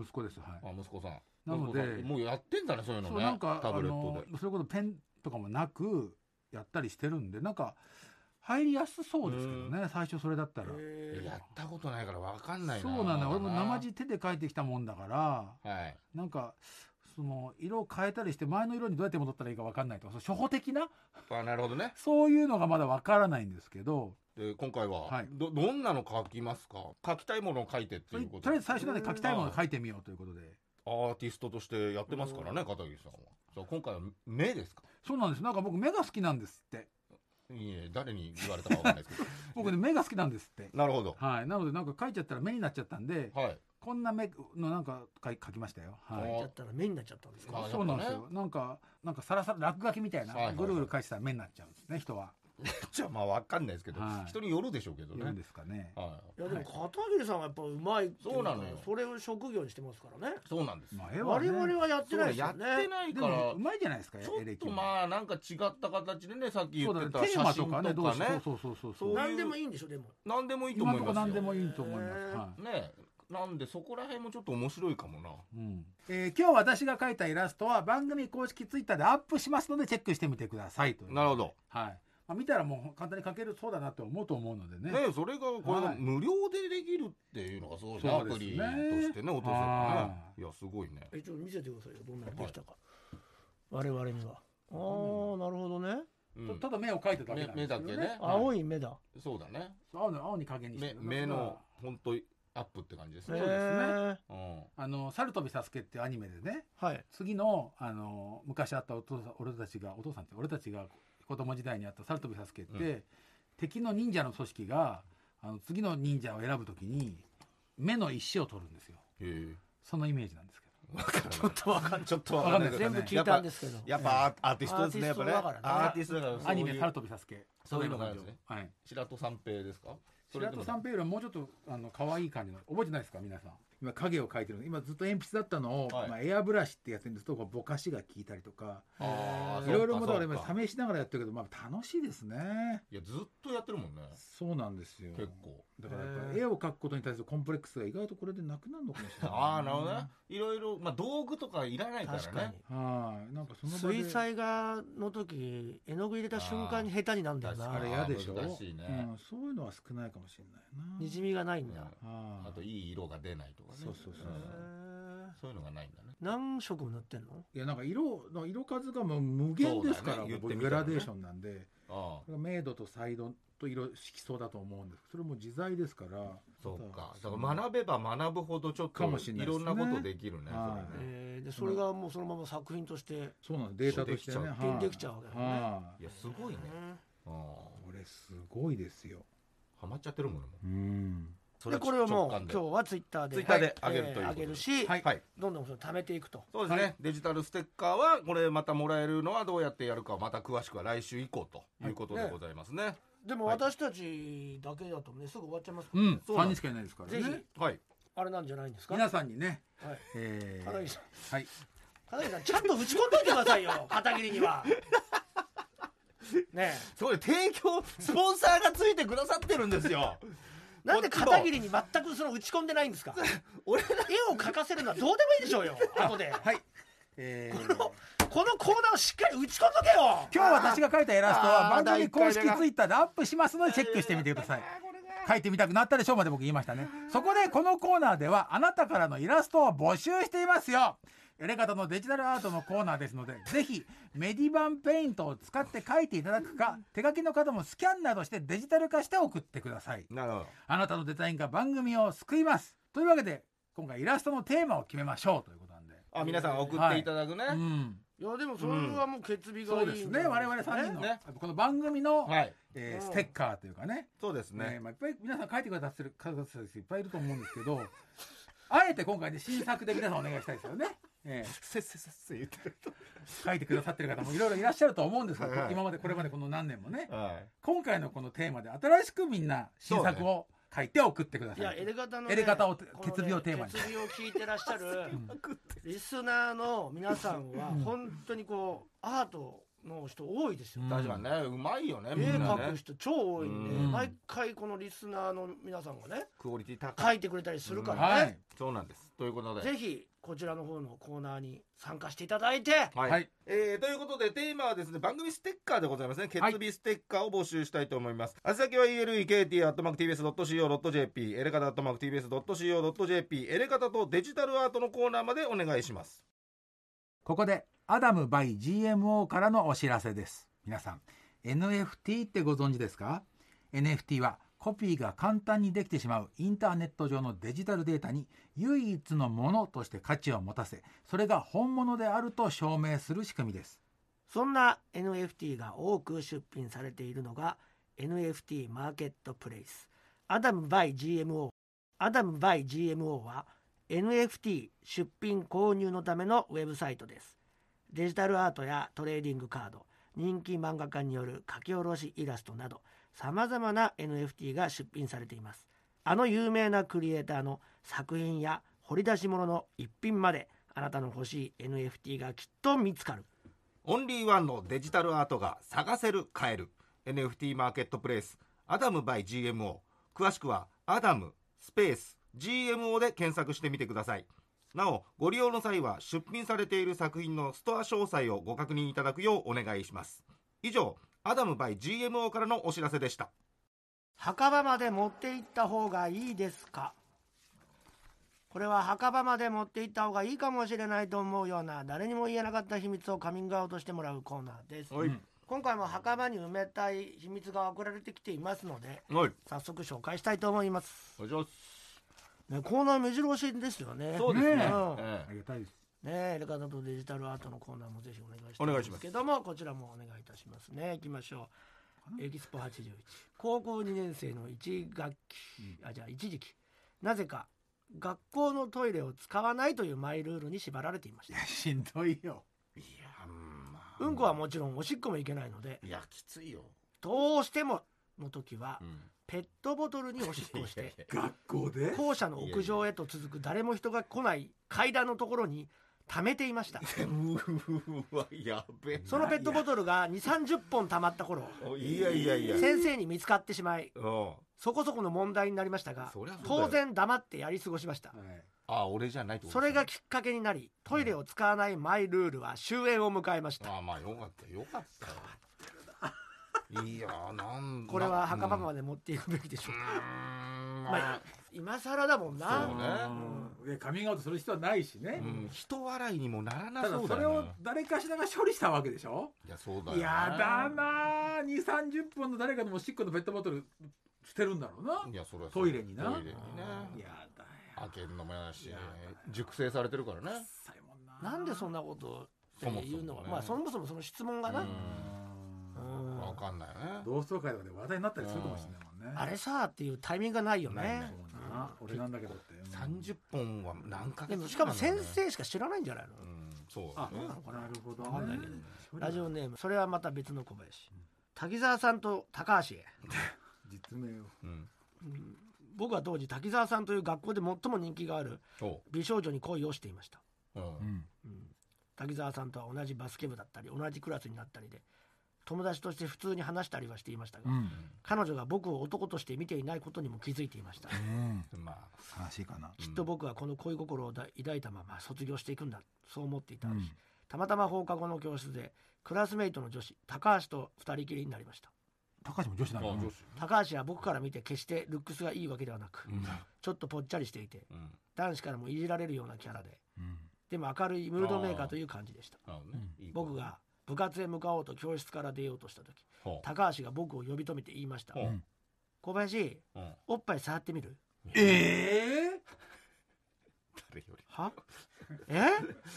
D: 息子ですはい。
C: あ息子さん
D: なの
C: 息子
D: で
C: さんもうやってんだねそういうの
D: そう
C: ね
D: なんかあ
C: タブレット
D: の
C: で
D: そういうことペンとかもなくやったりしてるんでなんか入りやすそうですけどね最初それだったら。
C: えやったことないからわかんないな
D: そうなんだよ俺も
C: まだな
D: 生地手で描いてきたもんだから
C: はい
D: なんかその色を変えたりして前の色にどうやって戻ったらいいか分かんないとかその初歩的な
C: あなるほどね
D: そういうのがまだ分からないんですけど
C: で今回は、
D: はい
C: どどんなの書きますか書きたいものを書いてって
D: と
C: い
D: り
C: うこと
D: あえず最初なんで描きたいものを
C: い
D: 描いてみようということで
C: アーティストとしてやってますからね片桐さんはそう今回は目ですか
D: そうなんですなんか僕目が好きなんですって
C: いいえ誰に言われたかわかんないですけど
D: 僕ね目が好き なんですって
C: なるほど
D: はいなのでなんか描いちゃったら目になっちゃったんで
C: はい
D: こんな目のなんか描い描きましたよは
C: あ
D: い
B: 書いちゃったら目になっちゃったんですか
C: あ
D: そうなんですよなんかなんかサラサラ落書きみたいな
C: はいはいはい
D: ぐるぐる描いてたら目になっちゃうんですね人は
C: じゃあまあわかんないですけど、
D: はい
C: 人によるでしょうけど
D: いるん
C: ね
D: ですかね
C: はい
B: いやでも片桐さんはやっぱうまいってい
C: そう
B: うか
C: なのよ
B: それを職業にしてますからね
C: そうなんです、
D: まあ絵は
B: 我
D: ね
B: 々はやってない
C: そう
B: です
C: や
B: よ
C: って
B: ね
C: ない
D: で
C: か
D: も
C: ら
D: うまいじゃないですか
C: ちょ
D: エレ
C: っ
D: キ
C: と
D: も
C: まあなんか違った形でねさっき言
D: そう
C: っ
D: だ
C: て
D: ね
C: た
D: テ
C: 写
D: ーマ
C: 真
D: と
C: と
D: か
C: か
D: ね
C: ね
D: どうしようそうそうそうそう
C: そう
B: 何でもいいんでしょでも
C: 何でもいいと
D: 今
C: 思
D: の
C: い
D: と
C: ますよ
D: こ何でもいいと思いま
B: へ
D: す、
B: ー
D: はい
C: ねえなんでそこら辺もちょっと面白いかもな
D: うんえー今日私が描いたイラストは番組公式ツイッターでアップしますのでチェックしてみてくださいという
C: なるほど
D: はいまあ、見たらもう簡単に描けるそうだなと思うと思うのでね
C: ねそれがこれ
D: は
C: が
D: い
C: 無料でできるっていうのがすごいね
D: そ
C: ア
D: うです
C: プリ
D: ね
C: としてねお父さんがね
D: はい
C: いやすごいね
B: えちょっと見せてくださいよどんなのできたか、我々にはああなるほどね
C: うん
D: たただ目を描いただけなん
C: 目
D: です
C: 目
D: け
C: だ
D: ど
C: け
D: ね
C: ね
B: 青い目だ、
C: そうだね
D: 青の青に加減にし
C: 目
D: てる
C: 目の本当アップって感じで
B: へ
C: すね
D: うですね
B: ー
C: うん
D: あの「猿飛びサスケ」っていうアニメでね
B: はい
D: 次のあの昔あったお父さん俺たちがお父さんって俺たちが子供時代にあった「猿飛びサスケ」って、
C: うん
D: 敵の忍者の組織があの次の忍者を選ぶときに目の石を取るんですよ
C: へえ
D: そのイメージなんですけど。
B: ちょっとわかんない
C: ちょっとわ
D: かんな
C: け
D: い
C: ど
B: 全部聞いたんですけど
C: やっぱアーアーティストですね
B: ア
C: や
B: ーティス
C: っぱ
B: ト
C: ね
B: だからね
C: アーティストだから
D: アニ
C: そう
D: メ「
C: いう
D: 猿飛びサスケ」
C: そういうのがあるん
D: そ
C: です
D: う
C: ね
D: いうのがあるんです
C: 白戸三平ですかそ
D: よ
C: れ
D: はい
C: とも
D: 白戸三平よりももうちょっとあの可愛い感じの覚えてないですか皆さん今影を描いてる今ずっと鉛筆だったのを、
C: はい
D: まあ、エアブラシってやつにずっとこうぼかしが効いたりとか
C: あー
D: いろいろもうだから
C: そうかそうか
D: 今試しながらやってるけど、まあ、楽しいですね
C: いやずっとやってるもんね
D: そうなんですよ
C: 結構
D: だからやっぱり絵を描くことに対するコンプレックスが意外とこれでなくなるのかもしれない
C: ああなるほどねいろいろまあ道具とかいらないからね
B: 確かに
D: はいなんかその場で
B: 水彩画の時絵の具入れた瞬間に下手になるんだよ
C: あー
B: な
D: あれ嫌でしょ
C: 難しいね
D: うん、そういうのは少ないかもしれないな
B: にじみがないんだ、
C: うん
D: はい
C: あといい色が出ないとかね
D: そうそうそうそう
B: へ
D: ん
B: ー
C: そういうのがないんだね
B: 何色も塗ってんの
D: いやなんか色の色数がもう無限ですから、
C: そうだね言
D: 僕
C: ってみ
D: グ
C: たら
D: ラ
C: ね
D: デーションなんで
C: ああ
D: これが明度と彩度と色色相だと思うんですそれも自在ですから
C: そうか
D: た
C: だから学べば学ぶほどちょっと
D: かもしれな
C: い
D: いです
C: ろ
D: ね
C: んなことできるね
D: はい
C: それね
B: えー、でそれがもうそのまま作品として
D: そうなんですデータとしてね
C: そうでき
D: はい
B: できちゃうわけだね
D: はい
C: いやすごいねうん
D: これすごいですよ
C: ハマっちゃってるもんねもう
D: うん
C: そ
B: でこれをもう
C: 直感で
B: 今日はツイッターで
C: ツイッターで上げるとい
B: え
C: うことで
B: ー上げるし、
D: はい
C: はい
B: どんどんそれ貯めていくと
C: そうですね、デジタルステッカーはこれまたもらえるのはどうやってやるかはまた詳しくは来週以降ということでございますね。
B: でも
C: はい
B: 私たちだけだとねすぐ終わっちゃいますか
D: う
B: ら、
D: ん
C: そうな
D: 3
C: んで
D: 人しかいないですから
B: ぜひ
D: ね
C: はい。
B: あれなんじゃないんですか
D: 皆さんにね
B: はい
D: え
B: 片桐さん
D: ー、はい
B: 片桐さんちゃんと打ち込んどいてください よ片桐にはねえ
C: すごい提供スポンサーがついてくださってるんですよ。
B: なんで
C: こっちも
B: 片桐に全くその打ち込んでないんですか
C: 俺ら
B: 絵を描かせるのはどうでもいいでしょうよ後で
D: はいえー
B: このこのコーナーをしっかり打ち込んどけよ
D: 今日私が描いたイラストは番組公式
C: あー第一回目が
D: ツイッターでアップしますのでチェックしてみてください描いてみたくなったでしょうまで僕言いましたねそこでこのコーナーではあなたからのイラストを募集していますよやり方のデジタルアートのコーナーですのでぜひメディバンペイントを使って描いていただくか手書きの方もスキャンなどしてデジタル化して送ってください
C: なるほど。
D: あなたのデザインが番組を救いますというわけで今回イラストのテーマを決めましょうということなんで
C: あ皆さん送っていただくね。
D: うん
B: いやでもそれはもう決備が
D: そ
B: いい
D: うん
B: じゃ
D: ですね
B: ない
D: 我々
B: ですか
D: 3人の
C: ね
D: やっぱこの番組の、
C: はい。
D: えー
B: うん
D: ステッカーというかね
C: そうです
D: ね
C: ね。
D: まあ、いっぱい皆さん書いてくださってる方たちいっぱいいると思うんですけど あえて今回ね新作で皆さんお願いしたいですよね、ええ
C: せっせっせっせ言ってると。
D: 書いてくださってる方もいろいろいらっしゃると思うんですけど、
C: はいはい
D: 今までこれまでこの何年もね
C: はい。
D: 今回のこのテーマで新しくみんな新作を書いて送ってください
B: いやエレガタの、
D: エレガタを
B: こ
D: て
B: のね
D: 血病テーマに
B: 血病を聞いてらっしゃるリスナーの皆さんは本当にこうアートの人多いですよ、
D: うん
C: 確かにねうまいよねみ
B: 絵
C: んな
B: 描
C: ね
B: く人超多いんで、
C: うん
B: 毎回このリスナーの皆さんがね
C: クオリティ高い
B: 書いてくれたりするからね、
D: はい
C: そうなんですということで
B: ぜひこちらの方のコーナーに参加していただいて、
C: はい、
D: はい
C: えーということでテーマはですね番組ステッカーでございますねケ
D: はい
C: ツビステッカーを募集したいと思います、宛先は elekt.tbs.co.jp エレカタ .tbs.co.jp エレカタとデジタルアートのコーナーまでお願いします
D: ここでアダム by GMO からのお知らせです。皆さん、NFT ってご存知ですか ?NFT はコピーが簡単にできてしまうインターネット上のデジタルデータに唯一のものとして価値を持たせ、それが本物であると証明する仕組みです。
B: そんな NFT が多く出品されているのが NFT マーケットプレイスアダム by GMO アダム by GMO は NFT 出品購入のためのウェブサイトですデジタルアートやトレーディングカード人気漫画家による書き下ろしイラストなどさまざまな NFT が出品されていますあの有名なクリエイターの作品や掘り出し物の一品まであなたの欲しい NFT がきっと見つかる
C: オンリーワンのデジタルアートが探せる買える NFT マーケットプレイスアダム by GMO 詳しくはアダムスペース GMO で検索してみてくださいなおご利用の際は出品されている作品のストア詳細をご確認いただくようお願いします以上アダム by GMO からのお知らせでした
B: 墓場まで持って行った方がいいですかこれは墓場まで持って行った方がいいかもしれないと思うような誰にも言えなかった秘密をカミングアウトしてもらうコーナーです
C: はい
B: 今回も墓場に埋めたい秘密が送られてきていますので
C: はい
B: 早速紹介したいと思います、
C: お嬢
B: ね、コーナー目白押しですよね
C: そうですね
D: ねえ
C: え
D: あ
C: え
D: りがたいです。
B: ねエレカタとデジタルアートのコーナーもぜひお願いした
C: お
B: いんで
C: 願いします
B: すけどもこちらもお願いいたしますねいきましょうエキスポ81高校2年生の1学期あじゃあ一時期なぜか学校のトイレを使わないというマイルールに縛られていまし
D: い
B: た
D: や、しんどいよ。
C: うんまあ
B: うんこはもちろんおしっこもいけないので
C: いやきついよ、
B: どうしてもの時は
C: うん
B: ペットボトルにおしっこをし
C: いやい
B: て
C: や
D: 学校で
B: 校舎の屋上へと続く誰も人が来ない階段のところに溜めていました
C: うわやべえ
B: そのペットボトルが2 3 0本溜まった頃
C: いやいやいや
B: 先生に見つかってしまい
C: うん
B: そこそこの問題になりましたが
C: そりゃそうだよ
B: 当然黙ってやり過ごしました
C: あ俺じゃないってこと
B: それがきっかけになりトイレを使わないマイルールは終焉を迎えました
C: あまあよかったよかったいやなん
B: これは墓場
C: ま
B: まで持っていくべきでしょう
C: う
B: か
C: ん
B: まあ今更だもん
C: そう
B: な
C: ね
D: うんでカミングアウトする必要はないしね。
C: うん人笑いにもならな
D: ただ
C: そうだ
D: それ
C: よ
D: を
C: な
D: 誰かしらが処理したわけでしょ
C: いやそうだよ
D: いやだなあ2三3 0本の誰かのおしっこのペットボトル捨てるんだろうない
C: やそれはそう
D: トイレにな
C: トイレに
D: い
C: ね
D: やだよ
C: 開けるのもやだし
D: いや
C: 熟成されてるからね
D: 臭いもんな
B: なんでそん
D: な
B: なこと
C: そも
B: って
C: そもね
B: いうのはまあそもそもその質問がなうん
C: わかんないよね
D: 同窓会とかで話題になったりするかもしれないもんね
B: あれさっていうタイミングがないよ
C: ない
B: ね
C: ね
D: そうな俺なんだけどってうん
C: 30本は何ヶ
B: で
C: 月
B: もしかも先
C: う
B: 生しか知らないんじゃないの
C: んそうだ
D: あ
C: ね
D: なるほど
B: わかんない
D: ね
B: けど
D: 処理が
B: ラジオネームそれはまた別の小林滝沢さんと高橋へ
D: 実名を
C: うん
B: うん僕は当時滝沢さんという学校で最も人気がある
C: そ
B: 美少女に恋をしていました、
C: ううん
B: うん滝沢さんとは同じバスケ部だったり同じクラスになったりで友達として普通に話したりはしていましたが、彼女が僕を男として見ていないことにも気づいていました
D: うん
C: まあ
D: 悲しいかな
B: きっと僕はこの恋心を抱抱いたまま卒業していくんだそう思っていたある日、
D: うん
B: たまたま放課後の教室でクラスメイトの女子高橋と二人きりになりました
D: 高橋も女子な
C: あ
D: の
C: 女子
B: 高橋は僕から見て決してルックスがいいわけではなく、
C: うん
B: ちょっとぽっちゃりしていて
C: うん
B: 男子からもいじられるようなキャラで
D: うん
B: でも明るいムードメーカーという感じでした
C: なるほどねいい子
B: 僕が部活へ向かおうと教室から出ようとした時
C: ほう
B: 高橋が僕を呼び止めて言いました
C: ほう
B: 小林
C: うん
B: おっぱい触ってみる
D: ええ
C: 誰より
B: はえ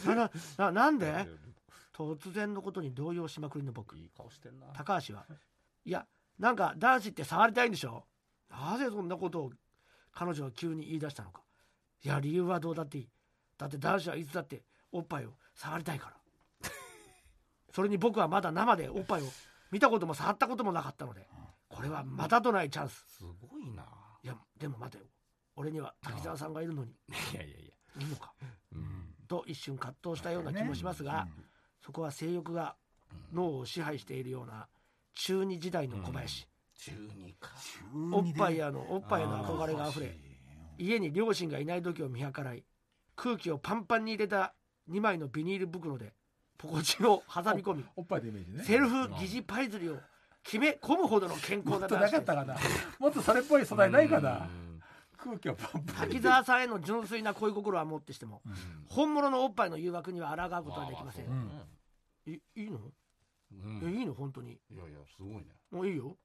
B: ななななん
C: 誰
B: で
C: より
B: 突然のことに動揺しまくりの僕
C: いい顔してんな
B: 高橋はいやなんか男子って触りたいんでしょなぜそんなことを彼女は急に言い出したのかいや理由はどうだっていいだって男子はいつだっておっぱいを触りたいからそれに僕はまだ生でおっぱいを見たことも触ったこともなかったのでこれはまたとないチャンス
C: すごいない
B: やででも待てよ俺には滝沢さんがいるのに
C: いやいやいや、
B: いいのか
C: うん
B: と一瞬葛藤したような気もしますが、
D: うん
B: そこは性欲が脳を支配しているような中二時代の小林、
C: 中二か
B: おっぱいやのおっぱいへの憧れがあふ
D: あ
B: れ家に両親がいない時を見計らい空気をパンパンに入れた2枚のビニール袋でポコチンを挟み込み
D: おっぱいでイメージね
B: セルフ疑似パイ釣りを決め込むほどの健
D: も
B: 康
D: っ
B: な
D: とな
B: 男
D: か
B: 子
D: った
B: で
D: かなもっとそれっぽい素材ないか
C: う
D: なん空気をパンパン
B: 滝沢さんへの純粋な恋心はもってしても
C: うん
B: 本物のおっぱいの誘惑には抗うことはできません
C: ああ
B: いいいの
C: そうだね
B: えいいの本当に
C: うんいやいやすごいね
B: もういいよ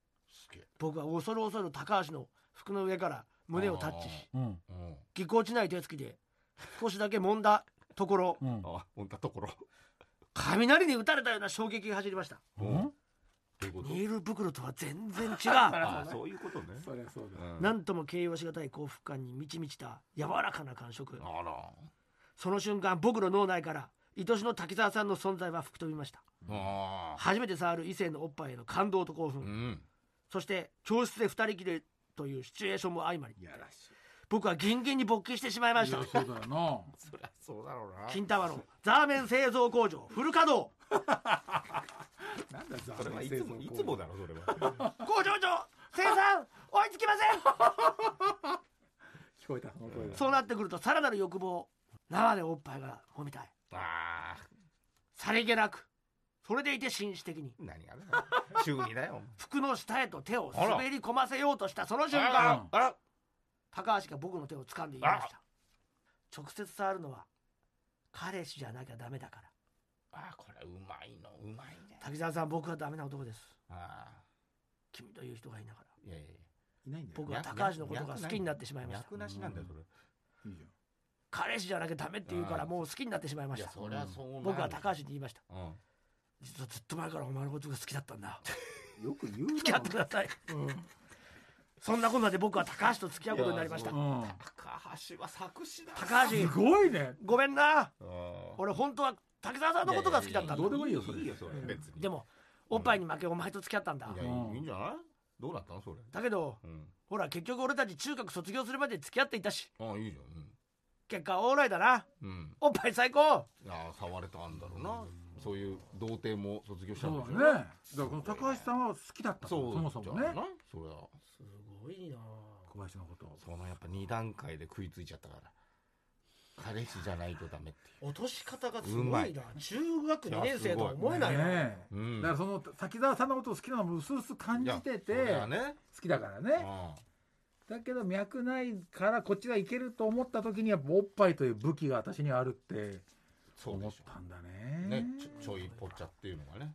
C: すげえ
B: 僕は恐る恐る高橋の服の上から胸をタッチし
D: うん
C: うん
B: ぎこちない手つきで少しだけ揉んだところ
D: うん
C: あほんとところ
B: 雷に打たれたような衝撃が走りました
D: うん
C: どういうこと
B: ニール袋とは全然違う
C: あそういうことね
D: そりゃそうだ
C: うん
B: なんとも形容しがたい幸福感に満ち満ちた柔らかな感触
C: あら
B: その瞬間僕の脳内から愛しの滝沢さんの存在は吹き飛びました
C: ああ
B: 初めて触る異性のおっぱいへの感動と興奮、
C: うん
B: そして教室で二人きりというシチュエーションも相まり
D: いやらしい
B: 僕はギンギンに勃起してしまいま
D: い
B: し
D: や
B: た
D: そうだよな
C: そりゃそうだろうな
B: 金玉のザーメン製造工場フル稼働
D: なんだ
C: それはいつもいつもだろそれは
B: 工場長生産追いつきませ
D: 聞こえたその声
B: ん
D: が
B: そうなってくるとさらなる欲望生でおっぱいが揉みたい
C: ああ
B: さりげなくそれでいて紳士的に
C: 何がね中二 だよ
B: 服の下へと手を
C: あら
B: 滑り込ませようとしたその瞬
C: あ
B: 間
C: らあら
B: 高橋が僕の手を掴んで言いました直接触るのは彼氏じゃなきゃダメだから
C: あこれうまいのうまいね
B: 滝沢さん僕はダメな男です
C: あ
B: 君という人がいながら
C: あいやいやいや
D: いないんだよ
B: 僕は高橋のことが好きになってしまいました
C: 脈なしなんだよそれ
D: いいじ
B: 彼氏じゃなきゃダメって言うから
C: うん
B: もう好きになってしまいました
C: いやそりゃそうなる
B: 僕は高橋に言いました
C: うん
B: 実はずっと前からお前のことが好きだったんだ
D: ゃんよく言うな
B: 付き合ってくださいそんなこんなで僕は高橋と付き合うことになりました
D: うん
C: 高橋は作詞だ
B: 高
D: す
B: 橋
D: ごいね
B: ごめんな
C: うん
B: 俺本当は滝沢さんのことが好きだったんだ
D: どうでもいいよそれ
C: いいよそれ別に
B: でもおっぱいに負けお前と付き合ったんだ
C: いやい
D: うん
C: いいいんじゃないどうだったのそれ
B: だけど
C: うん
B: ほら結局俺たち中学卒業するまで付き合っていたし
C: ああいいじゃんうん
B: 結果オーライだな
C: うん
B: おっぱい最高
C: ああ触れたんだろうなそういう童貞も卒業した
D: そ
C: ん
D: う
C: で
D: だ
C: し
D: ね
C: ょ
D: だからこの高橋さんは好きだった
C: そ
D: そ
C: う
D: そもそも
C: じ
D: ね
C: ゃないそりゃ
B: すごいな
D: 小林のこと
C: そのやっぱ二段階で食いついちゃったから彼氏じゃないとダメってい
B: 落とし方が
C: すごいなうまい
B: 中学
C: 2年生とは思
D: ねえ
C: うん
D: だからその滝沢さんのことを好きなのも薄々感
C: うい
D: じ
C: や
D: て
C: そり
D: て
C: ゃね
D: 好きだから
C: う
D: ね
C: ん
D: だけど脈ないからこっちがいけると思った時にはおっぱいという武器が私にはあるって
C: そうで
D: 思っ
C: しょ
D: たんだね
C: ねちょちょいぽっちゃっていうのがね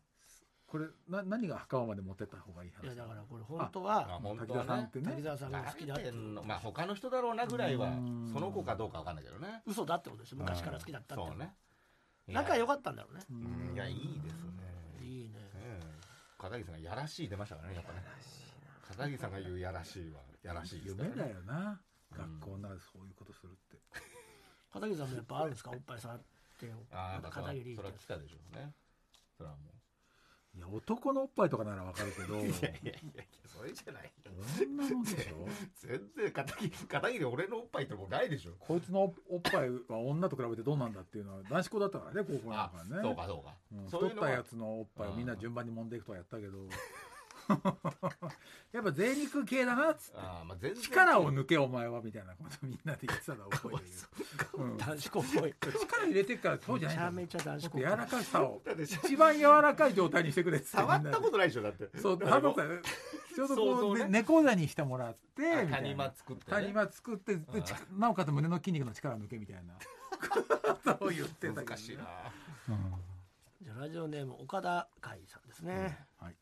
D: これな何が墓場まで持ってった方がいい話
B: いやだからこれ本当は
C: あ本
D: 滝
C: 当
D: 沢さ
C: は
D: んっ
C: ね
D: て
B: 滝
D: ね
B: 沢さんが好きだっていうの
C: まあ他の人だろうなぐらいは
D: うん
C: その子かどうかわかんないけどね
B: 嘘だってことですよ昔から好きだったって
C: そうね
B: 仲良
C: か
B: かったんだろうね
C: うんいやいいですね
B: いいね
C: ね片桐さんがやらしい出ましたからねやっぱね片桐さんが言うやらしいはやらしいですからね
D: 夢だよな
C: うん
D: 学校の中でそういうことするって
B: 片桐さんもやっぱあるんですかおっぱい触ってよ
C: ああだから
B: 片
C: それ
B: 桐って
C: は来たでしょうねそれはもう
D: いや男のおっぱいとかならわかるけど
C: いやいやいやいやそれじゃないよ
D: 女のでしょ
C: 全然片桐片桐俺のおっぱいってもうないでしょ
D: こいつのおっぱいは女と比べてどうなんだっていうのは男子校だったからね高校な
C: あ
D: んかね
C: そうかそうか、
D: うん
C: そうい
D: 太っ
C: うの
D: た
C: は
D: やつのおっぱいをみんな順番に揉んでいくとはやったけど やっぱ贅肉系だなっつって
C: あー、まあ、全然
D: 力を抜けお前はみたいなことみんなで言ってたの覚えてる、うん
B: 男子高校行く
D: 力入れてっからそうじゃ
B: め
D: ない
B: ち
D: んだ
B: ゃめちゃ男
D: もっ
B: 子高
D: と柔
B: 校
D: らかさを
C: だって
D: 一番柔らかい状態にしてくれっつって
C: 触ったこととないでしょだって
D: そう触ったことないちょうど
C: 想
D: こ
C: 像
D: う、
C: ね
D: ね、猫座にしてもらってみたい
C: 谷
D: な
C: 間作って、ね、
D: 谷間作ってで
C: うん
D: ちなおかつ胸の筋肉の力抜けみたい なことを言ってたけどね
C: 難しいな
D: うん
B: じゃあラジオネーム岡田海さんですね、
D: はい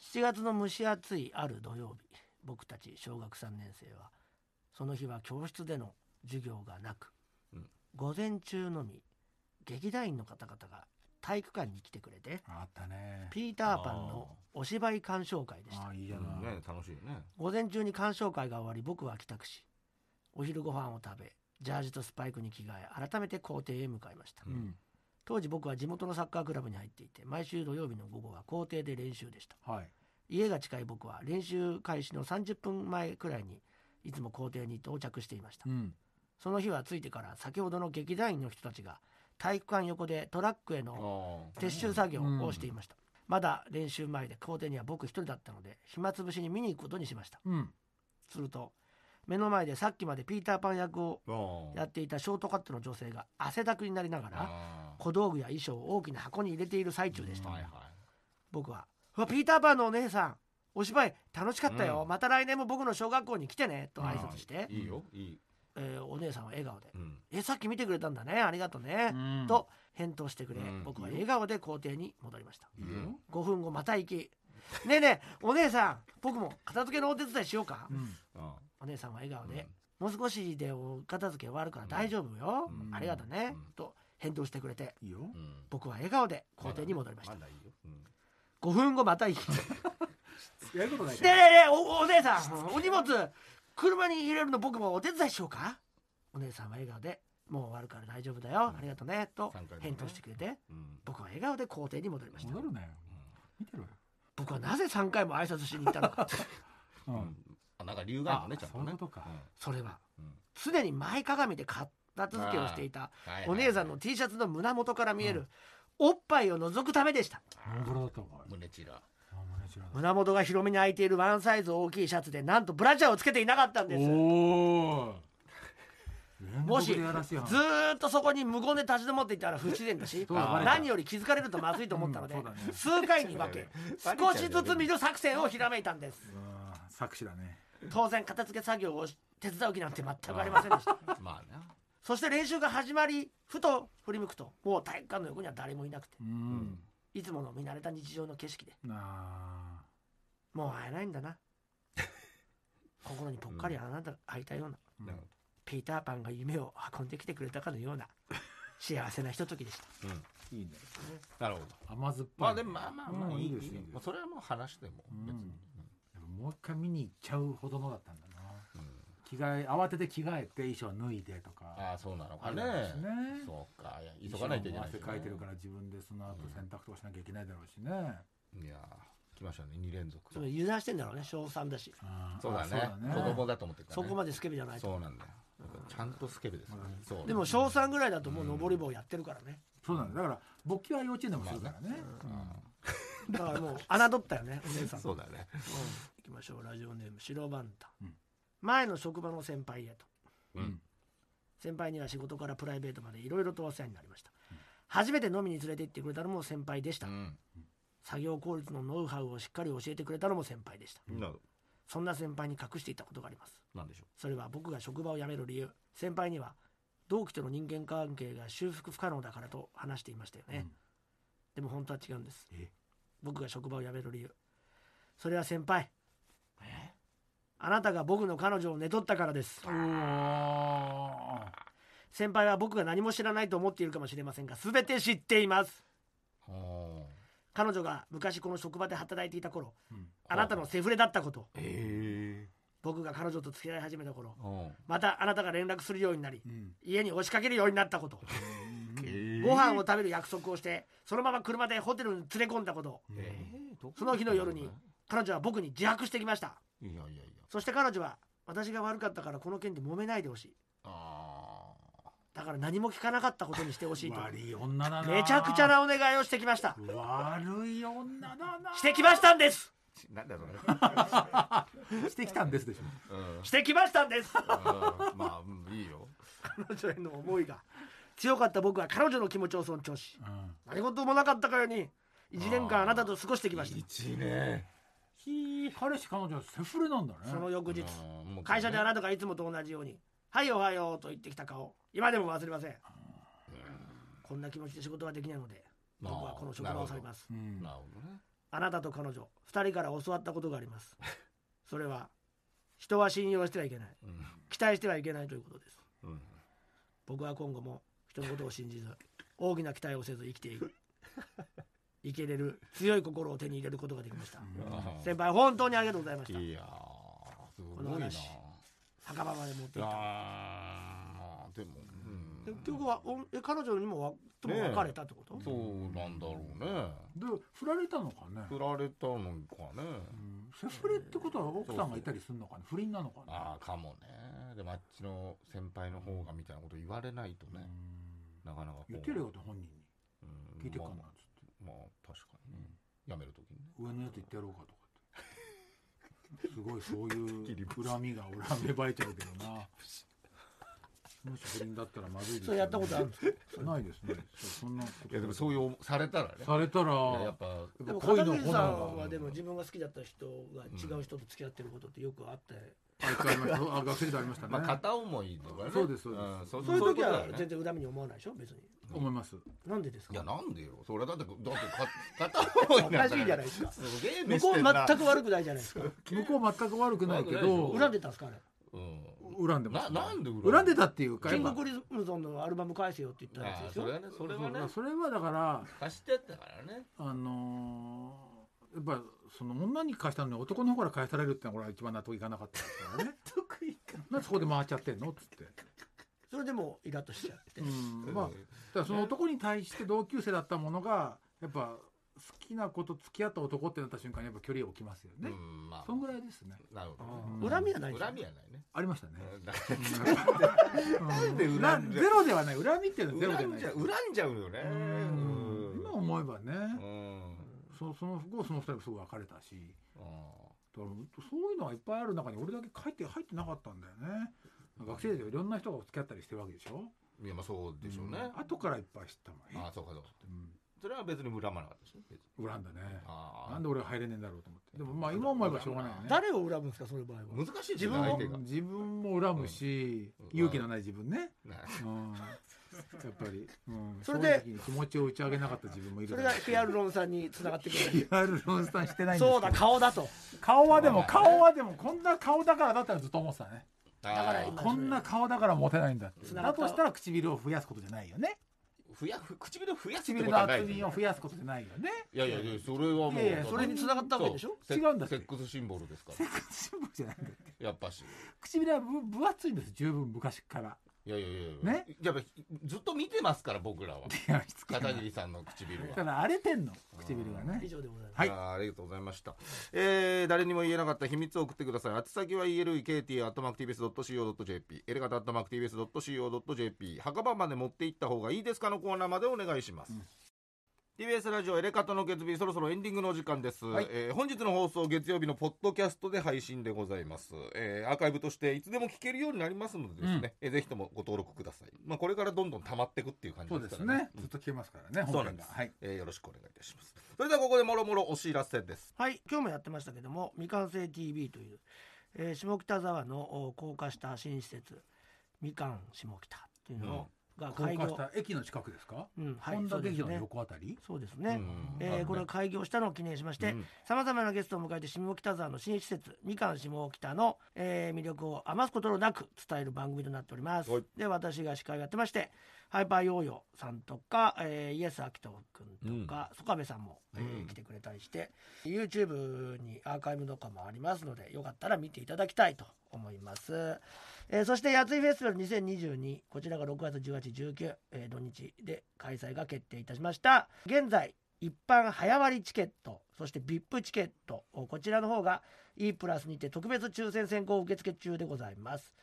B: 7月の蒸し暑いある土曜日僕たち小学3年生はその日は教室での授業がなく、
C: うん
B: 午前中のみ劇団員の方々が体育館に来てくれて
D: あったね
B: ピーターパンのお芝居鑑賞会でした
D: ああいいじゃ
C: うん
D: ない、
C: ね楽しいよね
B: 午前中に鑑賞会が終わり僕は帰宅しお昼ご飯を食べジャージとスパイクに着替え改めて校庭へ向かいました、
D: うん
B: 当時僕は地元のサッカークラブに入っていて毎週土曜日の午後は校庭で練習でした
D: はい
B: 家が近い僕は練習開始の30分前くらいにいつも校庭に到着していました
D: うん
B: その日は着いてから先ほどの劇団員の人たちが体育館横でトラックへ
C: あ
B: の
C: ー
B: 撤収作業をしていました、まだ練習前で校庭には僕一人だったので暇つぶしに見に行くことにしました
D: うん
B: すると目の前でさっきまでピーターパン役を
C: あー
B: やっていたショートカットの女性が汗だくになりながら
C: あ
B: 小道具や衣装を大きな箱に入れている最中でし
C: ー
B: た、
C: はいはい
B: 僕は「うわピーターパンのお姉さんお芝居楽しかったよ、
C: うん
B: また来年も僕の小学校に来てね」と挨拶して、
C: いいよいい、
B: えーお姉さんは笑顔で
C: うん、
B: 「えさっき見てくれたんだねありがとね」
D: うん
B: と返答してくれ、
C: うん
B: 僕は笑顔で校庭に戻りました
D: いいよ
B: 5分後また行き「ねえねえお姉さん僕も片付けのお手伝いしようか」
D: うん
C: あ
B: お姉さんは笑顔で
C: うん
B: 「もう少しでお片付け終わるから大丈夫よ、
C: うん
B: ありがとね」
C: うん
B: と返答してくれて
D: いいよ
C: ーうん
B: 僕は笑顔で校庭に戻りました、
C: だいいよ、うん
B: 5分後また行き
D: やることない
B: ねえねえねえおお姉さんお荷物車に入れるの僕もお手伝いしようかお姉さんは笑顔で「もう終わるから大丈夫だよ、
C: うん
B: ありがとね」と
C: 三回目ね
B: 返答してくれて
C: うん
B: 僕は笑顔で校庭に戻りました
D: 戻るなよ見てろよ
B: 僕はなぜ3回も挨拶しに行ったの か
D: う
C: うん
D: ん
C: あなんか理由があるのね
D: あ
C: ちゃんとね
D: そういうことか
B: それは
C: うんうん
B: 常に前かがみで片付けをしていた
C: はいはい
B: お姉さんの T シャツの胸元から見えるおっぱいを覗くためでした
D: モンゴルだったお前
C: 胸ちら
D: あマネージャーだ
B: 胸元が広めに開いているワンサイズ大きいシャツでなんとブラジャーをつけていなかったんです
D: おお
B: もし
D: ず
B: ず
D: っ
B: ーっとそこに無言で立ち止まっていたら不自然だし
D: そうだバレた
B: 何より気づかれるとまずいと思ったので、
D: うんそうだね
B: 数回に分け
C: そうだよ
B: 少
C: ね
B: しずつ見る作戦をひらめいたんです
D: 作詞だね
B: 当然片付け作業を手伝う気なんて全くありませんで した
C: まあな
B: そして練習が始まりふと振り向くともう体育館の横には誰もいなくて
D: うん
B: いつもの見慣れた日常の景色で
D: なあ
B: もう会えないんだ な心にぽっかりあなたが開いたような
D: うん
C: なんか
B: ピーターパンが夢を運んできてくれたかのような幸せなひとときでした
C: うん
D: いいね
C: なるほど
D: 甘酸っぱ
C: ま
D: い
C: あでもまあまあまあ
D: うん
C: いい
D: いい
C: で
D: ですす
C: ね
D: いいです
C: まあそれはもう話でも別に
D: でももう一回見に行っちゃうほどのだったんだな
C: うん
D: 着替え慌てて着替えて衣装脱いでとか
C: ああそうなのか
D: ある
C: ね
D: だろうしね
C: そうかいや急がないといけないしね
D: 衣装も汗かいてるから自分でその後洗濯とかしなきゃいけないだろうしね
C: いやー来ましたね二連続
B: それ油断してんだろうね小3だし
D: あー
C: そうだ
D: あ
C: ね子供だと思ってるから
B: そ
C: ね
B: こまでスケベじゃないと
C: そうなんだよちゃんとスケベですねそう
B: でも小3ぐらいだともう登り棒やってるからね
D: そうなんだだから勃起は幼稚園でもするからね
B: だからもう侮ったよ ねお姉さん
C: そうだね
B: いきましょうラジオネーム白バンタン、
D: うん
B: 前の職場の先輩へと、
C: うん
B: 先輩には仕事からプライベートまでいろいろとお世話になりました、初めて飲みに連れて行ってくれたのも先輩でした、
C: うん
B: 作業効率のノウハウをしっかり教えてくれたのも先輩でした
C: なるほど
B: そんな先輩に隠していたことがあります
C: なんでしょ
B: それは僕が職場を辞める理由先輩には同期との人間関係が修復不可能だからと話していましたよね、
D: うん
B: でも本当は違うんです
D: え
B: 僕が職場を辞める理由それは先輩あなたが僕の彼女を寝取ったからです
D: おー
B: 先輩は僕が何も知らないと思っているかもしれませんが全て知っています
C: うは
B: 彼女が昔この職場で働いていた頃
D: うん
B: あなたのセフレだったこと
C: あへえ
B: 僕が彼女と付き合い始めた頃
C: うん
B: またあなたが連絡するようになり
D: うん
B: 家に押しかけるようになったこと
C: え
B: ご飯を食べる約束をしてそのまま車でホテルに連れ込んだことその日の夜に彼女は僕に自白してきました
C: いやいやいや
B: そして彼女は私が悪かったからこの件で揉めないでほしい
C: あ
B: だから何も聞かなかったことにしてほしいと
D: 悪い女だな
B: めちゃくちゃなお願いをしてきました
D: 悪い女だな
B: してきましたんです
C: ーなんだろう ね
D: してきたんですでしょ
C: うん
B: してきましたんです
C: うんまあうんいいよ
B: 彼女への思いが強かった僕は彼女の気持ちを尊重し
D: うん
B: 何事もなかったかように1年間あなたと過ごしてきました
C: 一ね
D: 彼氏彼女はセフレなんだね
B: その翌日
C: うんもう
B: 会社であなたがいつもと同じように「はいおはよう」と言ってきた顔今でも忘れませんこんな気持ちで仕事はできないので
C: あー
B: 僕はこの職場を去ります
D: うん
C: なるほどね
B: あなたと彼女2人から教わったことがありますそれは人は信用してはいけない期待してはいけないということです
C: うんうん
B: 僕は今後も人のことを信じず大きな期待をせず生きていく生きれる強い心を手に入れることができました
C: あー
B: 先輩本当にありがとうございました
C: いやーすごい
B: この
C: な
B: 話墓場まで持っていった
C: あーでもうん
B: で結局はおんえ彼女にもわとも
C: ねえ
B: 別れたってこと、
C: そうなんだろうね
D: で振られたのかね
C: 振られたのかね
D: うんセフレってことは奥さんがいたりするのかな不倫なのかな
C: ああかもねでもあっちの先輩の方がみたいなこと言われないと
D: う
C: ね、
D: ん
C: なかなかこう
D: 言ってるよって本人に
C: うん
D: 聞いてっかなっ
C: まあ
D: つって
C: まあ確かにねやめるときにね
D: 上のやつ言ってやろうかとかってすごいそう
C: 切
D: い
C: り
D: う
C: 節
D: 恨みが俺は芽生えちゃうけどなもし不倫だったらまずいです
B: それやったことあるんですか
D: かないですねそうそんなこと
C: いやでもそういう思されたらね
D: されたら
C: いややっぱ
B: でも
D: 恋
B: 片
D: の
B: 桐
D: 炎
B: さ
D: が
B: んはでも自分が好きだった人が違う人と付き合ってることってよくあって、
D: あいつありましたあ学生でありましたね、
C: まあ片思いとかね
D: そうですそうです
C: んそ
B: そういう時
C: こと
B: は
C: だよね
B: 全然恨みに思わないでしょ別に
D: 思います
B: なんでです
C: いや
B: か
C: なんでよそれだってだってか片思いなんだ
B: おかしいじゃない ですか
C: すげえ
B: 向
C: 目
B: こ
C: し
B: う
C: てんな
B: 全く悪くないじゃないですか
D: 向こう全く悪くないけど
C: う
B: 恨んでたんですかあれ
C: うん
D: 恨んでます、
C: ななんで恨んで
D: 恨んでたっていうか
B: キ
D: やっ
B: ン
D: ぱ
B: グクリムゾンのアルバム返せよって言ったや
C: あ
B: つでし
C: あそ
B: ょ
C: れはねそれはね
D: そうそうそれはだから
C: 貸してったからね
D: あのーやっぱその女に返したのに男の方から返されるってのは俺は一番納得いかなかったですからね
B: 得意か
D: なんでそこで回っちゃってんのっつって、
B: それでもイラッとしちゃって
D: うんまあ、だからその男に対して同級生だったものがやっぱ好きな子と付き合った男ってなった瞬間にやっぱ距離を置きますよ
C: う
D: ね、
C: んまあ
D: そんぐらいですね
C: なるほど
D: うん
B: 恨みはない
C: ね
B: じゃ
C: 恨
B: ん
C: みはないね
D: ありましたね、
C: だ
D: うん
C: で恨んじゃ
D: な
C: う
D: ゼロではない恨みっていうのはゼロじゃ
C: 恨
D: なんい
C: じゃ恨んじゃうよね
D: う
C: うん
D: 今思えばね、
C: うん
D: そその後その二人もすぐ別れたし
C: あ
D: だからそういうのがいっぱいある中に俺だけ書いて入ってなかったんだよね学生でいろんな人が付き合ったりしてるわけでしょ
C: あいやまあそうでしょうね
D: ん後からいっぱい知ったもんえ
C: ああそうかそうか
D: う
C: それは別に恨まなかったですね別に
D: ん恨んだね
C: ああ
D: なんで俺が入れねえんだろうと思ってでもまあ今思えばしょうがないよね
B: 誰を恨むんですかその場合は
C: 難しい自
B: 分
C: 分
B: も
C: 相手が
D: うん自分も恨むし、
C: うん
D: 勇気のない自分ね、
C: ね
D: うん、やっぱり、うん、
B: それで
D: 正直に気持ちを打ち上げなかった自分もいる
B: そ
D: だ
B: れ
D: ろ
B: が
D: うし
B: ヒアルロン酸に繋が ってくる
D: ヒアルロン酸してないんです
B: そ
D: けど
B: うだ顔だと
D: 顔はでも顔はでもこんな顔だからだったらずっと思ってたね
C: だ
B: から今
D: こんな顔だからモテないんだって
B: 繋が
D: だ
B: った
D: としたら唇を増やすことじゃないよね
C: ふやふ唇を増やすってこ
D: 唇
C: と
D: の
C: はない
D: 厚
C: よね
D: みを増やすことじゃないよね
C: いやいやいやそれはもう
D: いやいや
B: それに繋がったわけでしょ
C: そうセ
D: 違うんだって
C: セックスシンボルですか
D: セックスシンボルじゃないんだって
C: らやっぱし
D: 唇はぶ分厚いんです十分昔から
C: いやいやいやいや
D: ね
C: やっぱずっと見てますから僕らはい
D: やしつけえな
C: 片桐さんの唇は
D: ただ荒れてんの唇が
B: 以
D: ね
B: 上でございます
D: はい
C: あーありがとうございました。えー、誰にも言えなかった秘密を送ってください。宛先は elkt.mactvs.co.jp、エレガタ .mactvs.co.jp、墓場まで持って行った方がいいですかのコーナーまでお願いします。
D: うん
C: TBS ラジオエレカタの月日そろそろエンディングのお時間です、
D: はい
C: えー本日の放送月曜日のポッドキャストで配信でございます、えーアーカイブとしていつでも聞けるようになりますのでですね、
D: うん
C: えーぜひともご登録ください、まあ、これからどんどん溜まっていくっていう感じ
D: そう
C: で
D: ですす
C: から
D: ねずっと聞けますからね
C: そ
D: 本
C: うなん
D: 編
C: で
D: が
C: す、
D: はい
C: えーよろしくお願いいたしますそれではここでもろもろお知らせです
B: はい今日もやってましたけども未完成 TV という、えー下北沢のお高架下新施設みかん下北というのが
D: 高
B: 開
D: 架
B: 業
D: 下駅の近くですか
B: うんはい
D: 本
B: そ
D: 田
B: うで
D: 劇
B: す
D: 場の
B: ね
D: 横あたり
B: そうですね、
C: うん
B: えーこれを開業したのを記念しまして
C: うん
B: さまざまなゲストを迎えて下北沢の新施設みかん下北の、えー魅力を余すことのなく伝える番組となっております、
C: はい
B: で私が司会をやってましてハイパーヨーヨーさんとか、えーイエス・アキト君とか、ソカベさんも、えー
C: うん
B: 来てくれたりして YouTube にアーカイブとかもありますのでよかったら見ていただきたいと思います、えーそして「やついフェスティバル2022」こちらが6月1819、えー土日で開催が決定いたしました現在一般早割チケットそして VIP チケットこちらの方が E プラスにて特別抽選選考受付中でございます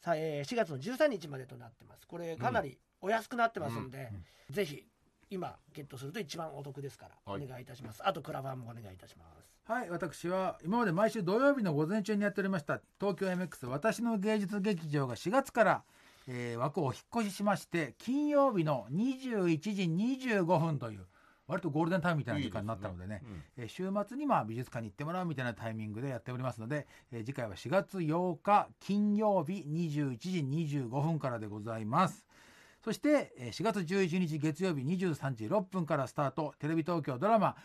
B: さ、えー4月の13日までとなってますこれかなりお安くなってますんで、ぜひ今ゲットすると一番お得ですから、
C: はい
B: お願いいたしますあとクラファンもお願いいたします
D: はい私は今まで毎週土曜日の午前中にやっておりました東京 MX 私の芸術劇場が4月から、えー枠をお引っ越ししまして金曜日の21時25分という割とゴールデンタイムみたいな時間になったのでねえー週末にまあ美術館に行ってもらうみたいなタイミングでやっておりますので、えー次回は4月8日金曜日21時25分からでございますそしてえー4月11日月曜日23時6分からスタートテレビ東京ドラマ「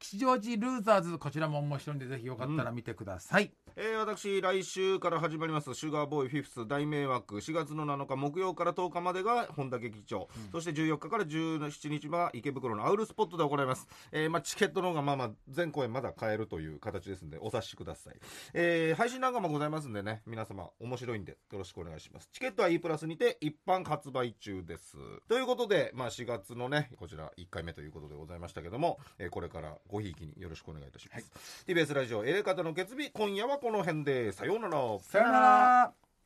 D: 吉祥寺ルーザーズ」こちらも面白いんでぜひよかったら見てください、
C: えー私来週から始まります「シュガーボーイフィフス大迷惑」4月の7日木曜から10日までが本田劇場、そして14日から17日は池袋のアウルスポットで行います、えーまあ、チケットの方がまあまあ全公演まだ買えるという形ですのでお察しください、えー配信なんかもございますんでね皆様面白いんでよろしくお願いしますチケットは E プラスにて一般発売中ですということで、まあ、4月のねこちら1回目ということでございましたけども、えーこれからごひいきによろしくお願いいたします、TBS ラジオエレカタの決日今夜はこの辺でさようなら
D: さよなら